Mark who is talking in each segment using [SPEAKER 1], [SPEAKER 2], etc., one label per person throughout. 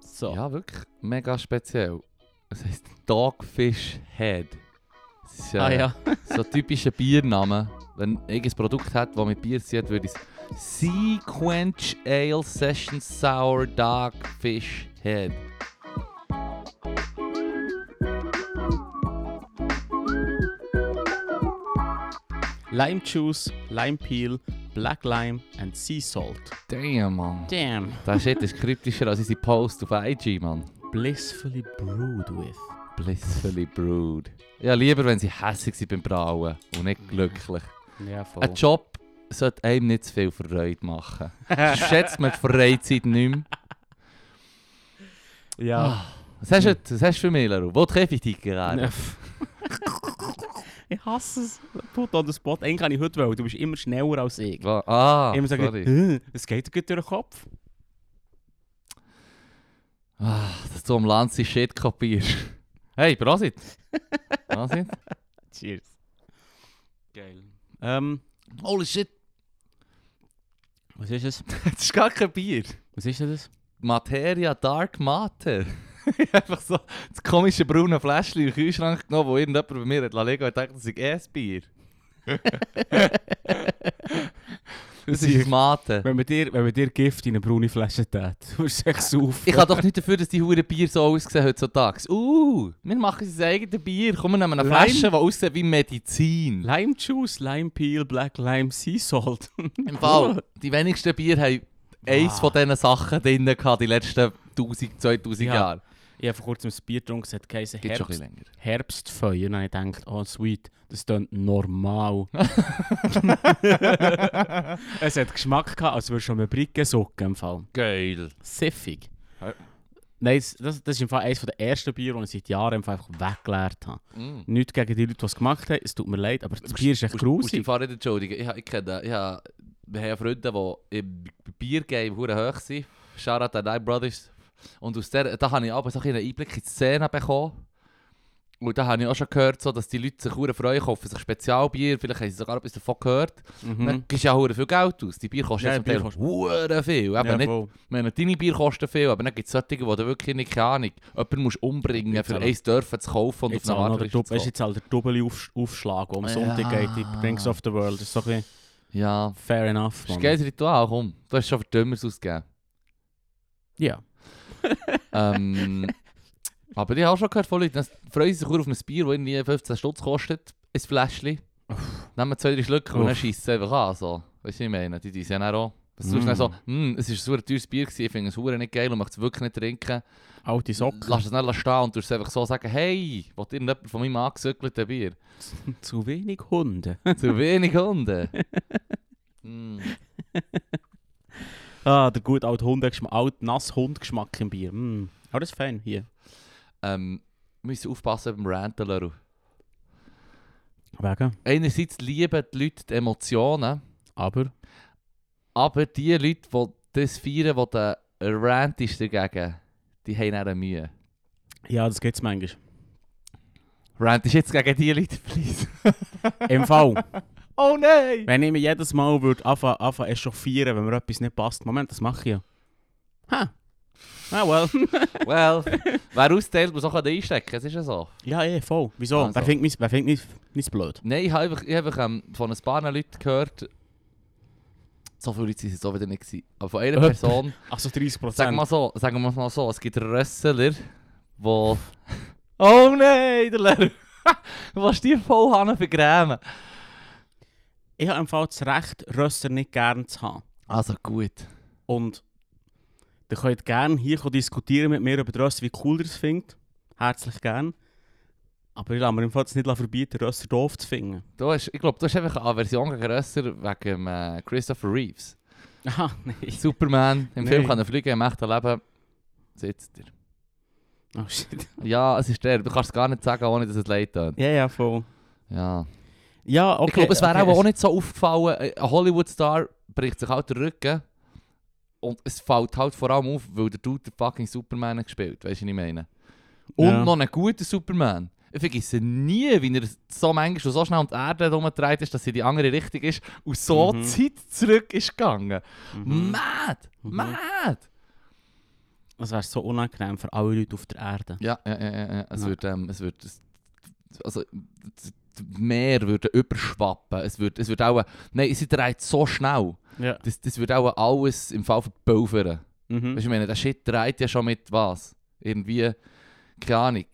[SPEAKER 1] So.
[SPEAKER 2] Ja, wirklich mega speziell. Es heisst Dogfish Head. Das ist, äh,
[SPEAKER 1] Ah ja.
[SPEAKER 2] so typischer Biername. Wenn ich ein Produkt hätte, das mit Bier zu tun hat, würde ich es Sequench Ale Session Sour Dogfish Head.
[SPEAKER 1] Lime Juice, Lime Peel, Black Lime and Sea Salt.
[SPEAKER 2] Damn, Mann.
[SPEAKER 1] Damn.
[SPEAKER 2] Der Shit ist kryptischer als unsere Post auf IG, Mann.
[SPEAKER 1] Blissfully brewed with.
[SPEAKER 2] Blissfully brewed. Ja, lieber, wenn sie hässig sind beim Brauen und nicht glücklich.
[SPEAKER 1] Ja, voll.
[SPEAKER 2] Ein Job sollte einem nicht zu viel Freude machen. Schätzt man die Freizeit nicht mehr.
[SPEAKER 1] ja.
[SPEAKER 2] Was hast du, was hast du für mich, Leru? Wo treffe ich dich gerade?
[SPEAKER 1] ich Ah, hasse es. Put on the spot. Eigentlich kann ich heute wollen. Du bist immer schneller als ich.
[SPEAKER 2] Wa- Ah,
[SPEAKER 1] immer sagen,
[SPEAKER 2] sorry.
[SPEAKER 1] "Äh, es geht dir gut durch den Kopf.
[SPEAKER 2] Ah, dass du am Land sein Shit kopierst. Hey, Brasit! Brasit?
[SPEAKER 1] Cheers. Geil. Ähm,
[SPEAKER 2] Holy shit!
[SPEAKER 1] was ist es?
[SPEAKER 2] Das ist gar kein Bier.
[SPEAKER 1] Was ist das?
[SPEAKER 2] Materia Dark Matter. Ich hab Einfach so das komische braune Fläschchen im Kühlschrank genommen, wo irgendjemand bei mir hat liegen und dachte, das ist eh ein Bier. Das ist das Mate.
[SPEAKER 1] Wenn man dir, wenn man dir Gift in eine braune Flasche tät, du musst echt saufen.
[SPEAKER 2] Ich kann doch nicht dafür, dass die Hure Bier so aussehen heutzutage. Uh, wir machen unser eigenes Bier. Komm, wir nehmen eine
[SPEAKER 1] Lime.
[SPEAKER 2] Flasche, die aussieht wie Medizin.
[SPEAKER 1] Lime Juice, Lime Peel, Black Lime, Sea Salt.
[SPEAKER 2] Im Fall, die wenigsten Bier haben eins
[SPEAKER 1] Ah.
[SPEAKER 2] von diesen Sachen drin gehabt, die letzten 1000, 2000
[SPEAKER 1] Ja.
[SPEAKER 2] Jahre.
[SPEAKER 1] ich habe vor kurzem ein Bier getrunken, es hat geheißen
[SPEAKER 2] Geht schon ein
[SPEAKER 1] Herbst,
[SPEAKER 2] bisschen länger.
[SPEAKER 1] Herbstfeuer. Und dann habe ich gedacht, oh sweet, das klingt normal. es hat Geschmack gehabt, als würdest du schon Bricke sucken im Fall.
[SPEAKER 2] Geil.
[SPEAKER 1] Siffig.
[SPEAKER 2] Ja.
[SPEAKER 1] Nein, das, das das ist im Fall eines der ersten Bier, die ich seit Jahren im Fall einfach weggeleert habe.
[SPEAKER 2] Mm.
[SPEAKER 1] Nichts gegen die Leute, die es gemacht haben, es tut mir leid, aber das
[SPEAKER 2] musst-
[SPEAKER 1] Bier ist echt
[SPEAKER 2] Musst- musst dich
[SPEAKER 1] grusig.
[SPEAKER 2] vorher nicht entschuldigen. Ich, hab- ich kenne, ich hab, wir haben ja Freunde, die im Biergame hure hoch sind. Shoutout an Nine Brothers. Und aus der, da habe ich aber so ein bisschen einen Einblick in die Szene bekommen. Und da habe ich auch schon gehört, so, dass die Leute sich hure freuen, kaufen sich Spezialbier, vielleicht haben sie sogar etwas davon gehört. Dann
[SPEAKER 1] Mhm.
[SPEAKER 2] gibst du ja hure viel Geld aus. Die Bier kosten
[SPEAKER 1] Ja,
[SPEAKER 2] ja,
[SPEAKER 1] die Bier
[SPEAKER 2] ja hure viel. Eben
[SPEAKER 1] Ja,
[SPEAKER 2] nicht
[SPEAKER 1] voll.
[SPEAKER 2] meine, deine Bier kosten viel, aber dann gibt es solche, die du wirklich nicht, keine Ahnung, jemanden musst umbringen
[SPEAKER 1] Ich
[SPEAKER 2] für
[SPEAKER 1] zahle-
[SPEAKER 2] ein Dörfer zu kaufen und
[SPEAKER 1] jetzt
[SPEAKER 2] auf
[SPEAKER 1] auch
[SPEAKER 2] eine
[SPEAKER 1] noch der
[SPEAKER 2] Warteliste
[SPEAKER 1] Dub-
[SPEAKER 2] zu
[SPEAKER 1] es ist
[SPEAKER 2] kommen.
[SPEAKER 1] jetzt halt der Doppelaufschlag, der am
[SPEAKER 2] Ja.
[SPEAKER 1] Sonntag geht in Banks of the World. Das ist so ein bisschen
[SPEAKER 2] Ja,
[SPEAKER 1] fair
[SPEAKER 2] das
[SPEAKER 1] enough.
[SPEAKER 2] ist ein
[SPEAKER 1] Mann.
[SPEAKER 2] geiles Ritual, komm. Du hast schon für Dümmeres ausgegeben.
[SPEAKER 1] Ja.
[SPEAKER 2] ähm, aber ich habe auch schon gehört von Leuten, dass freuen sie sich auf ein Bier, das irgendwie 15 Stutz kostet, ein Fläschchen. Nehmen zwei, drei Schlücke und dann
[SPEAKER 1] Uff.
[SPEAKER 2] schießen sie einfach an. So. Weißt du, was ich meine? Die, die sind dann auch... Das ist
[SPEAKER 1] Mm.
[SPEAKER 2] dann so, «Mm, es ist ein super teures Bier gewesen, ich finde es hure nicht geil und möchte es wirklich nicht trinken.
[SPEAKER 1] Alte Socken.
[SPEAKER 2] Lass es nicht stehen und du einfach so sagen, hey, will irgendjemand von meinem angezöckelten Bier?
[SPEAKER 1] Zu wenig Hunde.
[SPEAKER 2] Zu wenig Hunde. mm.
[SPEAKER 1] ah, der gute alte Hundegeschmack, alt nass Hundgeschmack im Bier. Mm. Aber das ist fein hier.
[SPEAKER 2] ähm, wir müssen aufpassen beim Ranten. Leru.
[SPEAKER 1] Wegen.
[SPEAKER 2] Einerseits lieben die Leute die Emotionen,
[SPEAKER 1] Aber.
[SPEAKER 2] aber die Leute, die das feiern, wo der Rant ist dagegen, die haben dann Mühe.
[SPEAKER 1] Ja, das gibt es manchmal.
[SPEAKER 2] Rant ist jetzt gegen die Leute, please.
[SPEAKER 1] Im Fall.
[SPEAKER 2] Oh nein!
[SPEAKER 1] Wenn ich mir jedes Mal würde anfangen, anfangen echauffieren, wenn mir etwas nicht passt. Moment, das mache ich ja. Ha. Ah, well.
[SPEAKER 2] Well, wer austeilt, muss auch einstecken, es ist ja so.
[SPEAKER 1] ja, eh, voll. Wieso?
[SPEAKER 2] Also.
[SPEAKER 1] Wer findet mich, wer findet mich, mich blöd?
[SPEAKER 2] Nein, ich habe einfach, ich habe einfach ähm, von ein paar Leuten gehört, so viele Leute sind es auch wieder nicht gewesen, aber von einer
[SPEAKER 1] Öpp.
[SPEAKER 2] Person,
[SPEAKER 1] Also 30
[SPEAKER 2] sagen wir
[SPEAKER 1] Prozent.
[SPEAKER 2] mal so, sagen wir mal so, es gibt Rössler, wo... Oh nein, der Lehrer! du willst dir voll Hanne vergrämen.
[SPEAKER 1] Ich habe im Fall das Recht, Rösser nicht gern zu haben.
[SPEAKER 2] Also gut.
[SPEAKER 1] Und ihr könnt gerne hier kommen diskutieren mit mir über das, wie cool ihr es findet. Herzlich gern. Aber ich lasse mir im Fall jetzt nicht verbieten, Rösser doof zu finden.
[SPEAKER 2] Du hast, ich glaube, du hast einfach eine Aversion gegen Rösser wegen äh, Christopher Reeves.
[SPEAKER 1] Aha, nein.
[SPEAKER 2] Superman, im Film
[SPEAKER 1] Nein.
[SPEAKER 2] kann er fliegen, im echten Leben sitzt er.
[SPEAKER 1] Oh shit.
[SPEAKER 2] Ja, es ist der, du kannst es gar nicht sagen, ohne dass es leid tut.
[SPEAKER 1] Ja, ja, voll.
[SPEAKER 2] Ja.
[SPEAKER 1] Ja, okay.
[SPEAKER 2] ich glaube, es wäre
[SPEAKER 1] okay,
[SPEAKER 2] aber auch nicht so aufgefallen. äh, Ein Hollywood-Star bricht sich halt den Rücken. Und es fällt halt vor allem auf, weil der Dude den fucking Superman hat gespielt Weißt du, was ich meine? Und
[SPEAKER 1] Ja.
[SPEAKER 2] noch einen guten Superman. Ich vergesse nie, wie er so manchmal und so schnell um die Erde herumgetragen ist, dass sie in die andere Richtung ist und so
[SPEAKER 1] Mhm.
[SPEAKER 2] Mhm. Zeit zurück ist gegangen.
[SPEAKER 1] Mhm.
[SPEAKER 2] Mad!
[SPEAKER 1] Mhm.
[SPEAKER 2] Mad!
[SPEAKER 1] Das wäre so unangenehm für alle Leute auf der Erde.
[SPEAKER 2] Ja, ja, ja, ja, ja. Es
[SPEAKER 1] Ja.
[SPEAKER 2] wird, ähm, es wird, es, also, das das Meer würde überschwappen. Es wird, es wird auch, äh, nein, sie dreht so schnell.
[SPEAKER 1] Ja.
[SPEAKER 2] Das, das wird auch alles im Fall verpulvern. Weißt
[SPEAKER 1] Mhm.
[SPEAKER 2] du, ich meine, der Shit dreht ja schon mit was? Irgendwie, keine Ahnung,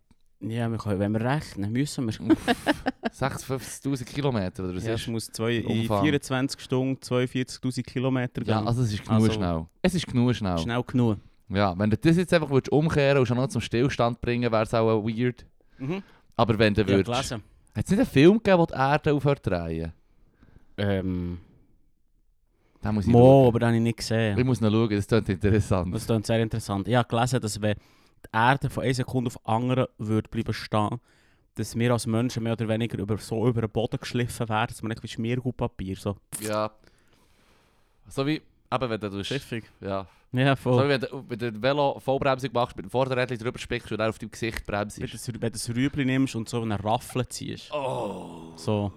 [SPEAKER 1] Ja, wir können, wenn wir rechnen, müssen wir.
[SPEAKER 2] 56.000 Kilometer oder was
[SPEAKER 1] Ja,
[SPEAKER 2] ist?
[SPEAKER 1] es muss zwei,
[SPEAKER 2] der
[SPEAKER 1] in
[SPEAKER 2] Umfang.
[SPEAKER 1] 24 Stunden 42'000 Kilometer gehen.
[SPEAKER 2] Ja, also es ist genug
[SPEAKER 1] Also-
[SPEAKER 2] schnell. Es ist genug schnell.
[SPEAKER 1] Schnell genug.
[SPEAKER 2] Ja, wenn du das jetzt einfach würdest umkehren und schon noch zum Stillstand bringen, wäre es auch weird.
[SPEAKER 1] Mhm.
[SPEAKER 2] Aber wenn du
[SPEAKER 1] Ja,
[SPEAKER 2] würdest...
[SPEAKER 1] gelesen.
[SPEAKER 2] Hat es nicht einen Film gegeben, wo die Erde aufhört zu drehen?
[SPEAKER 1] Ähm,
[SPEAKER 2] Den muss ich schauen.
[SPEAKER 1] Mo, aber den habe ich nicht
[SPEAKER 2] Ich
[SPEAKER 1] gesehen.
[SPEAKER 2] muss noch schauen, das klingt interessant.
[SPEAKER 1] Das klingt sehr interessant. Ich habe gelesen, dass wenn die Erde von einer Sekunde auf die andere würde bleiben stehen, dass wir als Menschen mehr oder weniger über, so über den Boden geschliffen werden, dass man nicht wie Schmiergutpapier so.
[SPEAKER 2] Ja. So wie, eben wenn du... Ja.
[SPEAKER 1] Ja,
[SPEAKER 2] So wie
[SPEAKER 1] voll.
[SPEAKER 2] wenn du mit der Velo Vollbremsung machst, mit dem Vorderrädchen drüber spickst und dann auf deinem Gesicht bremst.
[SPEAKER 1] Wenn du das- wenn du das Rüebli nimmst und so eine Raffel ziehst.
[SPEAKER 2] Oh.
[SPEAKER 1] So.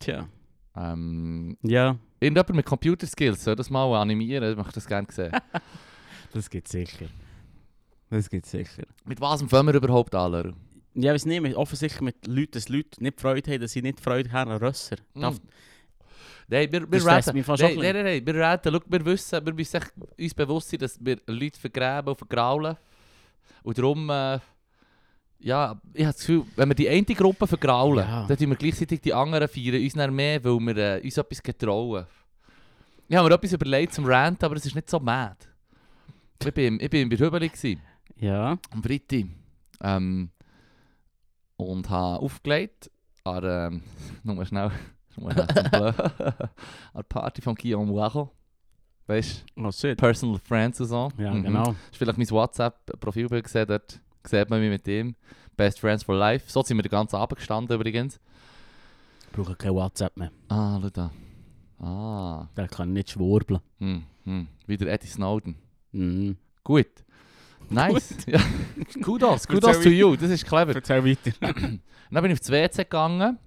[SPEAKER 1] Tja.
[SPEAKER 2] Ähm,
[SPEAKER 1] Ja,
[SPEAKER 2] irgendjemand mit Computerskills soll das mal animieren, ich möchte das gerne sehen.
[SPEAKER 1] das geht sicher. Das geht sicher.
[SPEAKER 2] mit was fangen wir überhaupt an? Leru?
[SPEAKER 1] Ja, ich weiß nicht, mit- offensichtlich mit Leuten, dass Leute nicht Freude haben, dass sie nicht Freude haben an Rösser. Darf-
[SPEAKER 2] Nein, wir, wir
[SPEAKER 1] Das stresst
[SPEAKER 2] reden.
[SPEAKER 1] mich fast
[SPEAKER 2] nein,
[SPEAKER 1] schon ein
[SPEAKER 2] nein, nein, nein, wir reden. Schau, wir wissen, wir müssen echt uns bewusst sein, dass wir Leute vergraben und vergraulen. Und darum, äh, ja, ich habe das Gefühl, wenn wir die eine Gruppe vergraulen,
[SPEAKER 1] Ja.
[SPEAKER 2] dann tun wir gleichzeitig die anderen feiern, uns dann mehr, weil wir äh, uns etwas getrauen. Ich habe mir etwas überlegt zum Rant, aber es ist nicht so mad. Ich bin, ich bin bei Hübeli gewesen,
[SPEAKER 1] Ja.
[SPEAKER 2] am Freitag. Ähm, und habe aufgelegt an, ähm, nur schnell, nur schnell zum Blöd, an der Party von Guillaume Wacho. Weißt
[SPEAKER 1] Oh, shit.
[SPEAKER 2] Personal Friends und so.
[SPEAKER 1] Ja,
[SPEAKER 2] Mhm.
[SPEAKER 1] genau.
[SPEAKER 2] Hast vielleicht mein WhatsApp-Profilbild gesehen, dort sieht man mich mit ihm. Best Friends for Life. So sind wir den ganzen Abend gestanden übrigens.
[SPEAKER 1] Ich brauche kein WhatsApp mehr.
[SPEAKER 2] Ah, schau da. Ah,
[SPEAKER 1] Da kann ich nicht schwurbeln.
[SPEAKER 2] hm, hm. wieder Eddie Snowden.
[SPEAKER 1] Mhm.
[SPEAKER 2] Gut. Nice. Ja. Kudos,
[SPEAKER 1] Gut,
[SPEAKER 2] kudos to
[SPEAKER 1] sorry.
[SPEAKER 2] you. Das ist clever.
[SPEAKER 1] Erzähl weiter.
[SPEAKER 2] Und Dann bin ich aufs WC gegangen.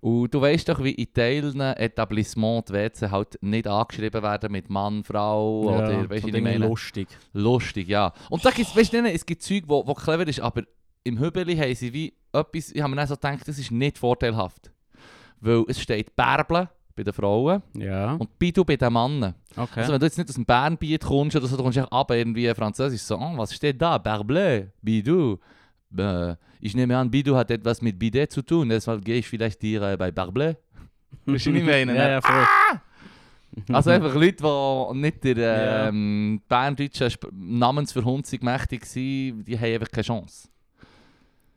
[SPEAKER 2] Und du weißt doch, wie in Teilen Etablissements die WC halt nicht angeschrieben werden mit Mann, Frau
[SPEAKER 1] Oh,
[SPEAKER 2] oder weißt du,
[SPEAKER 1] und
[SPEAKER 2] wie ich meine?
[SPEAKER 1] lustig.
[SPEAKER 2] Lustig, ja. Und da gibt's, weißt du, nicht, es gibt Zeug, wo, wo clever ist, aber im Hübeli haben sie wie etwas, ich habe mir dann so gedacht, das ist nicht vorteilhaft. Weil es steht Bärble bei den Frauen
[SPEAKER 1] Ja,
[SPEAKER 2] und Bidu bei den Männern.
[SPEAKER 1] okay.
[SPEAKER 2] Also wenn du jetzt nicht aus dem Bernbiet kommst oder so, dann kommst du echt ab irgendwie Französisch so, oh, was steht da? Barbleu, Bidou. Äh, ich nehme an, Bidou hat etwas mit Bidet zu tun, deshalb gehe ich vielleicht dir äh, bei Barbleu. Weißt du, wie ich meine?
[SPEAKER 1] mhm. ja, ja, voll.
[SPEAKER 2] Also einfach Leute, die nicht der
[SPEAKER 1] Ja.
[SPEAKER 2] äh, ähm, berndeutschen Sp- Namensverhunzung mächtig sind, die haben einfach keine Chance.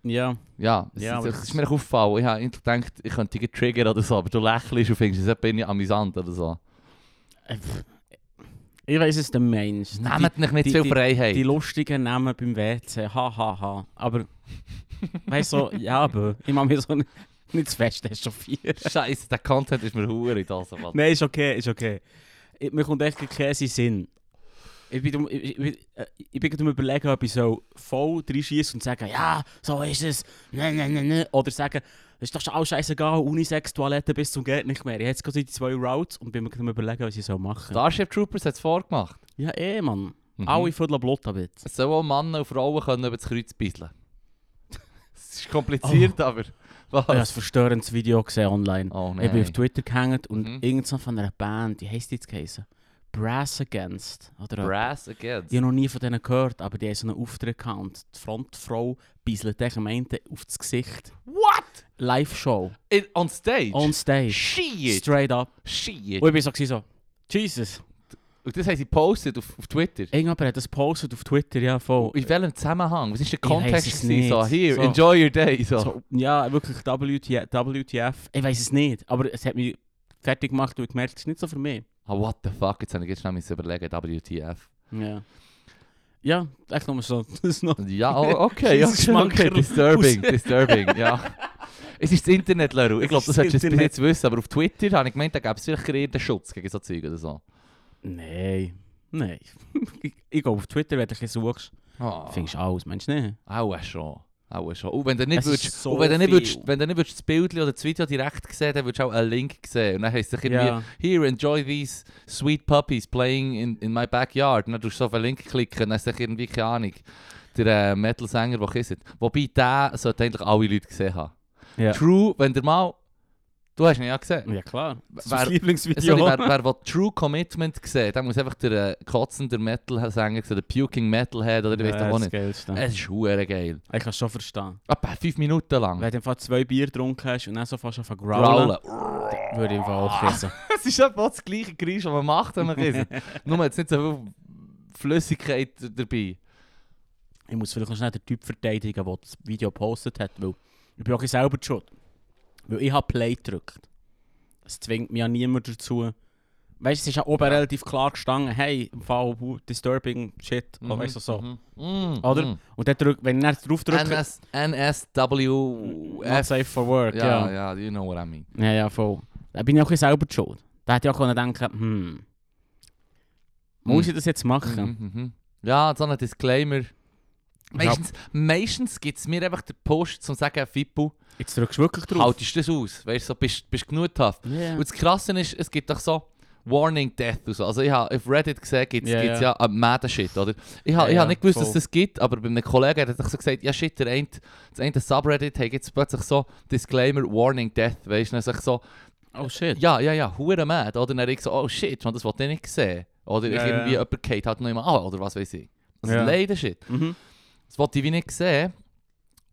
[SPEAKER 1] Ja,
[SPEAKER 2] Ja, es,
[SPEAKER 1] Ja,
[SPEAKER 2] es-
[SPEAKER 1] aber
[SPEAKER 2] es
[SPEAKER 1] das-
[SPEAKER 2] ist mir echt aufgefallen. Ich habe eigentlich gedacht, ich könnte dich triggern oder so, aber du lächelst und findest, das bin ich amüsant oder so.
[SPEAKER 1] Äh, pff. ich weiß es, der Mensch. Die,
[SPEAKER 2] Nehmt euch nicht
[SPEAKER 1] die-
[SPEAKER 2] zu
[SPEAKER 1] die-
[SPEAKER 2] viel Freiheit.
[SPEAKER 1] die lustigen Namen beim WC, ha, ha, ha. Aber, weißt du, so, ja, aber ich mache mir so nicht, nicht zu fest, das ist schon vier.
[SPEAKER 2] Scheiße, der Content ist mir hure in das Mann.
[SPEAKER 1] Nein, ist okay, ist okay. Ich, mir kommt echt kein Sinn. Ich bin, darum- ich, ich, ich, äh, ich bin gerade am überlegen, ob ich so voll reinschieße und sage, ja, so ist es, ne, ne, ne, ne. Oder sagen, es ist doch schon alles scheißegal, Unisex-Toilette bis zum Geld nicht mehr. Ich habe jetzt gerade die zwei Routes und bin mir gerade am überlegen, was ich so machen soll.
[SPEAKER 2] Starship Troopers hat es vorgemacht.
[SPEAKER 1] Ja, eh, Mann.
[SPEAKER 2] Mhm.
[SPEAKER 1] Alle Viertel Blut ab jetzt.
[SPEAKER 2] Es sollen auch Männer und Frauen können über das Kreuz bisseln. Es ist kompliziert,
[SPEAKER 1] Oh.
[SPEAKER 2] aber... Was?
[SPEAKER 1] Ich habe ein verstörendes Video gesehen online.
[SPEAKER 2] Oh
[SPEAKER 1] Ich bin
[SPEAKER 2] nein.
[SPEAKER 1] auf Twitter gehängt und
[SPEAKER 2] Mhm.
[SPEAKER 1] irgendeiner von einer Band, die heisst die jetzt geheißen? Brass Against. Oder
[SPEAKER 2] Brass against.
[SPEAKER 1] Ich habe noch nie von denen gehört, aber die haben so einen Auftritt gehabt und die Frontfrau bisselt den Gemeinden auf das Gesicht.
[SPEAKER 2] What?
[SPEAKER 1] Live-Show,
[SPEAKER 2] In, on stage?
[SPEAKER 1] on stage,
[SPEAKER 2] Shit!
[SPEAKER 1] straight up.
[SPEAKER 2] Shit!
[SPEAKER 1] Und ich bin so, gewesen so Jesus.
[SPEAKER 2] Und das haben sie gepostet auf, auf Twitter.
[SPEAKER 1] Irgendjemand hat das gepostet auf Twitter, ja voll.
[SPEAKER 2] In welchem Zusammenhang? Was ist der
[SPEAKER 1] Ich weiss
[SPEAKER 2] Kontext?
[SPEAKER 1] es
[SPEAKER 2] gewesen? So,
[SPEAKER 1] nicht.
[SPEAKER 2] here,
[SPEAKER 1] So.
[SPEAKER 2] enjoy your day. So.
[SPEAKER 1] So, ja, wirklich WTF, WTF. ich weiß es nicht, aber es hat mich fertig gemacht und ich gemerkt, es ist nicht so für mich.
[SPEAKER 2] Ah, what the fuck? Jetzt habe ich jetzt schnell müssen überlegen, WTF.
[SPEAKER 1] Ja. Ja, echt nochmal so. Das ist noch
[SPEAKER 2] Ja, oh, okay, ja,
[SPEAKER 1] Scheiss,
[SPEAKER 2] okay,
[SPEAKER 1] Schmankerl.
[SPEAKER 2] disturbing, disturbing, ja. Es ist das Internet, Leru. Ich
[SPEAKER 1] Es
[SPEAKER 2] glaube,
[SPEAKER 1] ist
[SPEAKER 2] das
[SPEAKER 1] das
[SPEAKER 2] hättest du bis
[SPEAKER 1] Internet.
[SPEAKER 2] jetzt wissen, aber auf Twitter habe ich gemeint, da gäbe es vielleicht irgendeinen Schutz gegen so Zeug oder so.
[SPEAKER 1] Nein. Nein. ich, ich gehe auf Twitter, wenn du ein bisschen suchst.
[SPEAKER 2] Oh.
[SPEAKER 1] Findest du alles, meinst du nicht?
[SPEAKER 2] Auch schon. Auch schon. Und wenn du nicht
[SPEAKER 1] Es ist
[SPEAKER 2] würdest,
[SPEAKER 1] so
[SPEAKER 2] und wenn du nicht
[SPEAKER 1] viel.
[SPEAKER 2] würdest, wenn du nicht würdest das Bild oder das Video direkt sehen, dann würdest du auch einen Link sehen. Und dann heisst es irgendwie,
[SPEAKER 1] Ja.
[SPEAKER 2] here, enjoy these sweet puppies playing in, in my backyard. Und dann tust du so auf einen Link klicken, dann ist es irgendwie, keine Ahnung, der äh, Metal-Sänger, der kisset. Wobei, der sollte eigentlich alle Leute gesehen haben.
[SPEAKER 1] Ja.
[SPEAKER 2] True, wenn der mal... Du hast ihn ja gesehen.
[SPEAKER 1] Ja, klar. Das ist
[SPEAKER 2] Wer-
[SPEAKER 1] das Lieblingsvideo.
[SPEAKER 2] Sorry, wer, wer will True Commitment sieht, der muss einfach der äh, kotzende Metal-Sänger sehen, der Puking Metalhead oder ich Äh, weiß doch auch nicht.
[SPEAKER 1] Geilste.
[SPEAKER 2] Es ist hure geil.
[SPEAKER 1] Ich kann es schon verstehen.
[SPEAKER 2] Etwa fünf Minuten lang.
[SPEAKER 1] Wenn du im Fall zwei Bier getrunken hast und dann so fast anfangen zu growlen,
[SPEAKER 2] Ah. Growlen. Ah.
[SPEAKER 1] würde ich im Fall auch fressen.
[SPEAKER 2] Es ist einfach das gleiche Geräusch, was man macht, wenn man isst. Nur jetzt nicht so viel Flüssigkeit dabei.
[SPEAKER 1] Ich muss vielleicht noch schnell den Typ verteidigen, der das Video gepostet hat, weil ich bin auch ein bisschen selber schuld. Weil ich habe Play gedrückt. Es zwingt mich ja niemand dazu. Weißt du, es ist ja oben relativ klar gestanden, hey, im Fall uh, disturbing shit, oder Oh, weißt du so.
[SPEAKER 2] Mhm. Mhm.
[SPEAKER 1] Oder?
[SPEAKER 2] Mhm.
[SPEAKER 1] Und dann drück, wenn ich dann drauf drücke,
[SPEAKER 2] NS, NSWF.
[SPEAKER 1] not safe for work, ja.
[SPEAKER 2] ja, ja, you know what I mean.
[SPEAKER 1] Ja, ja, voll. Da bin ich auch ein bisschen selber schuld. Da hätte ich auch können denken, hm, muss ich das jetzt machen?
[SPEAKER 2] Mhm, mhm. Ja, so ein Disclaimer. Meistens, meistens gibt es mir einfach den Post, zum zu sagen, Fippo,
[SPEAKER 1] Jetzt drückst du wirklich drauf.
[SPEAKER 2] haltest du das aus? Weißt du, so, bist bist genug tough.
[SPEAKER 1] Ja.
[SPEAKER 2] Und das Krasse ist, es gibt doch so Warning Death und so. Also ich habe auf Reddit gesehen, gibt es
[SPEAKER 1] Ja,
[SPEAKER 2] yeah,
[SPEAKER 1] ja.
[SPEAKER 2] ja einen Mad Shit, oder? Ich habe
[SPEAKER 1] Ja,
[SPEAKER 2] ich
[SPEAKER 1] ja,
[SPEAKER 2] habe nicht gewusst, dass
[SPEAKER 1] voll.
[SPEAKER 2] es das gibt, aber bei einem Kollegen hat er doch so gesagt, ja shit, der eine, das eine Subreddit hat jetzt plötzlich so Disclaimer, Warning Death, weißt du? Dann sag ich so,
[SPEAKER 1] oh shit.
[SPEAKER 2] ja, ja, ja, hure mad, oder? Dann ich so, oh shit, man, das wollte ich nicht sehen. Oder
[SPEAKER 1] Ja,
[SPEAKER 2] ich
[SPEAKER 1] ja.
[SPEAKER 2] irgendwie, jemand geht halt noch immer an, oder was weiß ich. Das
[SPEAKER 1] Ja.
[SPEAKER 2] ist leider shit.
[SPEAKER 1] Mhm.
[SPEAKER 2] Das wollte ich wie nicht sehen.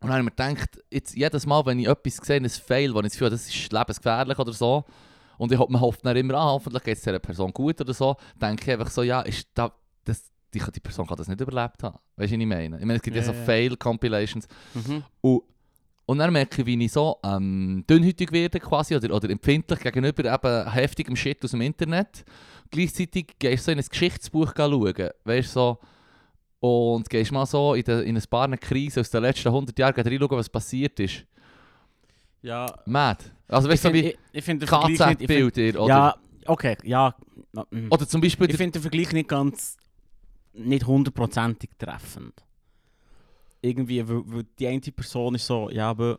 [SPEAKER 2] Und dann habe ich mir gedacht, jetzt jedes Mal, wenn ich etwas sehe, ein Fail, wo ich das Gefühl habe, das ist lebensgefährlich oder so, und ich hoffe, man hofft dann immer, ah, hoffentlich geht es dieser Person gut oder so, denke ich einfach so, ja, ist da, das, die, die Person kann das nicht überlebt haben. Weißt du, was ich meine? Ich meine, es gibt ja,
[SPEAKER 1] Ja,
[SPEAKER 2] so
[SPEAKER 1] ja.
[SPEAKER 2] Fail-Compilations.
[SPEAKER 1] Mhm.
[SPEAKER 2] Und, und dann merke ich, wie ich so ähm, dünnhütig werde quasi oder, oder empfindlich gegenüber eben heftigem Shit aus dem Internet. Gleichzeitig gehst du so in ein Geschichtsbuch schauen, weißt du, so, und gehst mal so in, de, in ein paar Krisen aus den letzten 100 Jahren reinschauen, was passiert ist.
[SPEAKER 1] Ja.
[SPEAKER 2] Mad. Also
[SPEAKER 1] Ich
[SPEAKER 2] weißt du, so
[SPEAKER 1] finde
[SPEAKER 2] wie
[SPEAKER 1] ich, ich find den Vergleich nicht... Ich find,
[SPEAKER 2] KZ-Bilder oder,
[SPEAKER 1] ja, okay, ja. na, mhm.
[SPEAKER 2] oder zum Beispiel
[SPEAKER 1] Ich
[SPEAKER 2] der-
[SPEAKER 1] finde den Vergleich nicht ganz... nicht hundertprozentig treffend. Irgendwie, weil, weil die eine Person ist so, ja, aber...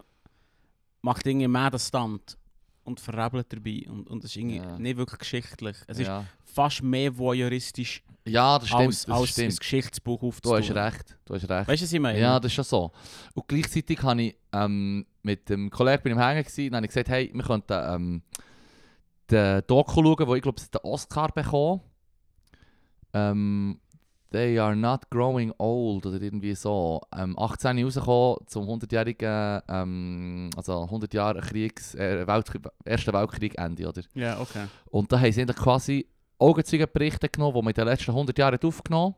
[SPEAKER 1] macht irgendwie mehr den Stand und verrebelt dabei und, und das ist irgendwie
[SPEAKER 2] Ja.
[SPEAKER 1] nicht wirklich geschichtlich. Es ist
[SPEAKER 2] ja.
[SPEAKER 1] fast mehr voyeuristisch
[SPEAKER 2] ja, das stimmt,
[SPEAKER 1] als,
[SPEAKER 2] das
[SPEAKER 1] als ein
[SPEAKER 2] stimmt.
[SPEAKER 1] Geschichtsbuch
[SPEAKER 2] Du hast
[SPEAKER 1] aufzutun.
[SPEAKER 2] recht, du hast recht.
[SPEAKER 1] Weißt du, was ich meine?
[SPEAKER 2] Ja, das ist schon so. Und gleichzeitig habe ich ähm, mit dem Kollegen bin ich hängen gewesen, und dann habe ich gesagt, hey, wir könnten ähm, den Doku schauen, wo ich glaube, es den Oscar bekommen. Ähm, They are not growing old oder irgendwie so. Ähm, 18 rausgekommen zum 100-jährigen, ähm, also 100 Jahre Kriegs, äh, Weltkrieg, Ersten Weltkrieg Ende, oder?
[SPEAKER 1] ja okay.
[SPEAKER 2] Und da haben sie eigentlich quasi Augenzeugenberichte genommen, die man in den letzten 100 Jahren hat aufgenommen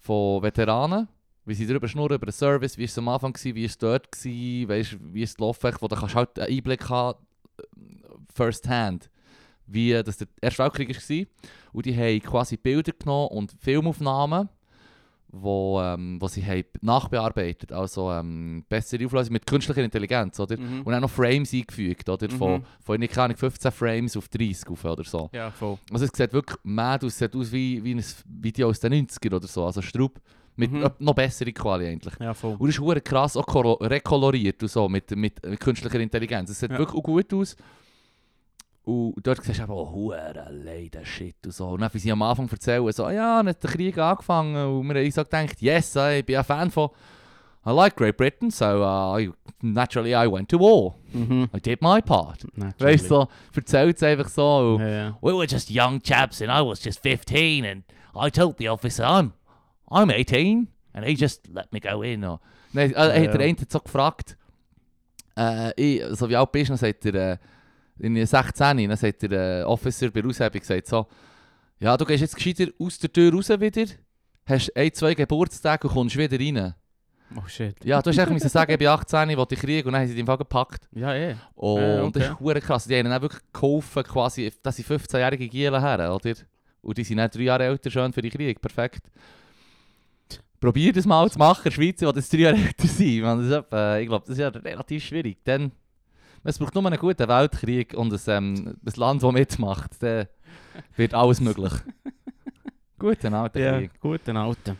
[SPEAKER 2] Von Veteranen. Wie sie darüber schnurren, über den Service, wie es am Anfang war, wie es dort war, weißt, wie es gelaufen ist, wo du kannst halt einen Einblick haben, äh, first hand, wie äh, das der Erste Weltkrieg war. Und die haben quasi Bilder genommen und Filmaufnahmen, wo, ähm, wo sie haben nachbearbeitet also ähm, bessere Auflösung mit künstlicher Intelligenz, oder?
[SPEAKER 1] Mhm.
[SPEAKER 2] Und auch noch Frames eingefügt, oder? Von,
[SPEAKER 1] Mhm.
[SPEAKER 2] von ich keine Ahnung, 15 Frames auf 30 auf oder so.
[SPEAKER 1] Ja, voll.
[SPEAKER 2] Also es sieht wirklich mad aus, es sieht aus wie, wie ein Video aus den 90ern oder so. Also Strub mit
[SPEAKER 1] Mhm.
[SPEAKER 2] äh, noch bessere Quali eigentlich.
[SPEAKER 1] Ja, voll.
[SPEAKER 2] Und es ist hure krass auch kolo- rekoloriert und so mit, mit, mit künstlicher Intelligenz. Es sieht
[SPEAKER 1] Ja.
[SPEAKER 2] wirklich auch gut aus. Und dort siehst du eben, oh, hure leider Shit und so. Und dann, wie sie am Anfang erzählen, so, ja, dann hat der Krieg angefangen und wir haben so gedacht, yes, ey, ich bin ein Fan von I like Great Britain, so uh, I, naturally I went to war.
[SPEAKER 1] Mhm.
[SPEAKER 2] I did my part.
[SPEAKER 1] Naturally.
[SPEAKER 2] Weißt du, so, erzählt es einfach so.
[SPEAKER 1] Ja, ja.
[SPEAKER 3] We were just young chaps, and I was just 15, and I told the officer, I'm, I'm 18,
[SPEAKER 2] And he just let me go in. Or. Nein, äh,
[SPEAKER 1] Ja.
[SPEAKER 2] hat der eine hat so gefragt, äh, ich, so wie alt bist du? Dann sagt er, äh, in 16, dann sagt der äh, Officer bei der Aushebung, gesagt so, ja, du gehst jetzt gescheiter aus der Tür raus wieder, hast ein, zwei Geburtstage und kommst wieder rein.
[SPEAKER 1] Oh shit.
[SPEAKER 2] Ja, du hast eigentlich müssen sagen, ich bin 18, ich will dich kriegen und dann haben sie dich im Fall gepackt.
[SPEAKER 1] Ja, eh.
[SPEAKER 2] Und
[SPEAKER 1] Ja,
[SPEAKER 2] das
[SPEAKER 1] okay.
[SPEAKER 2] ist hure krass. Die haben dann auch wirklich geholfen, quasi, dass sie 15-jährige Gielen her, oder? Und die sind dann drei Jahre älter schon für den Krieg. Perfekt. Probier das mal zu machen, Schweizer, die das drei Jahre älter sind. Man, das ist, etwa- ich glaube, das ist ja relativ schwierig. Denn es braucht nur einen guten Weltkrieg und ein, ähm, ein Land, das mitmacht. Dann wird alles möglich. Guten alter Krieg.
[SPEAKER 1] gut, den Alten.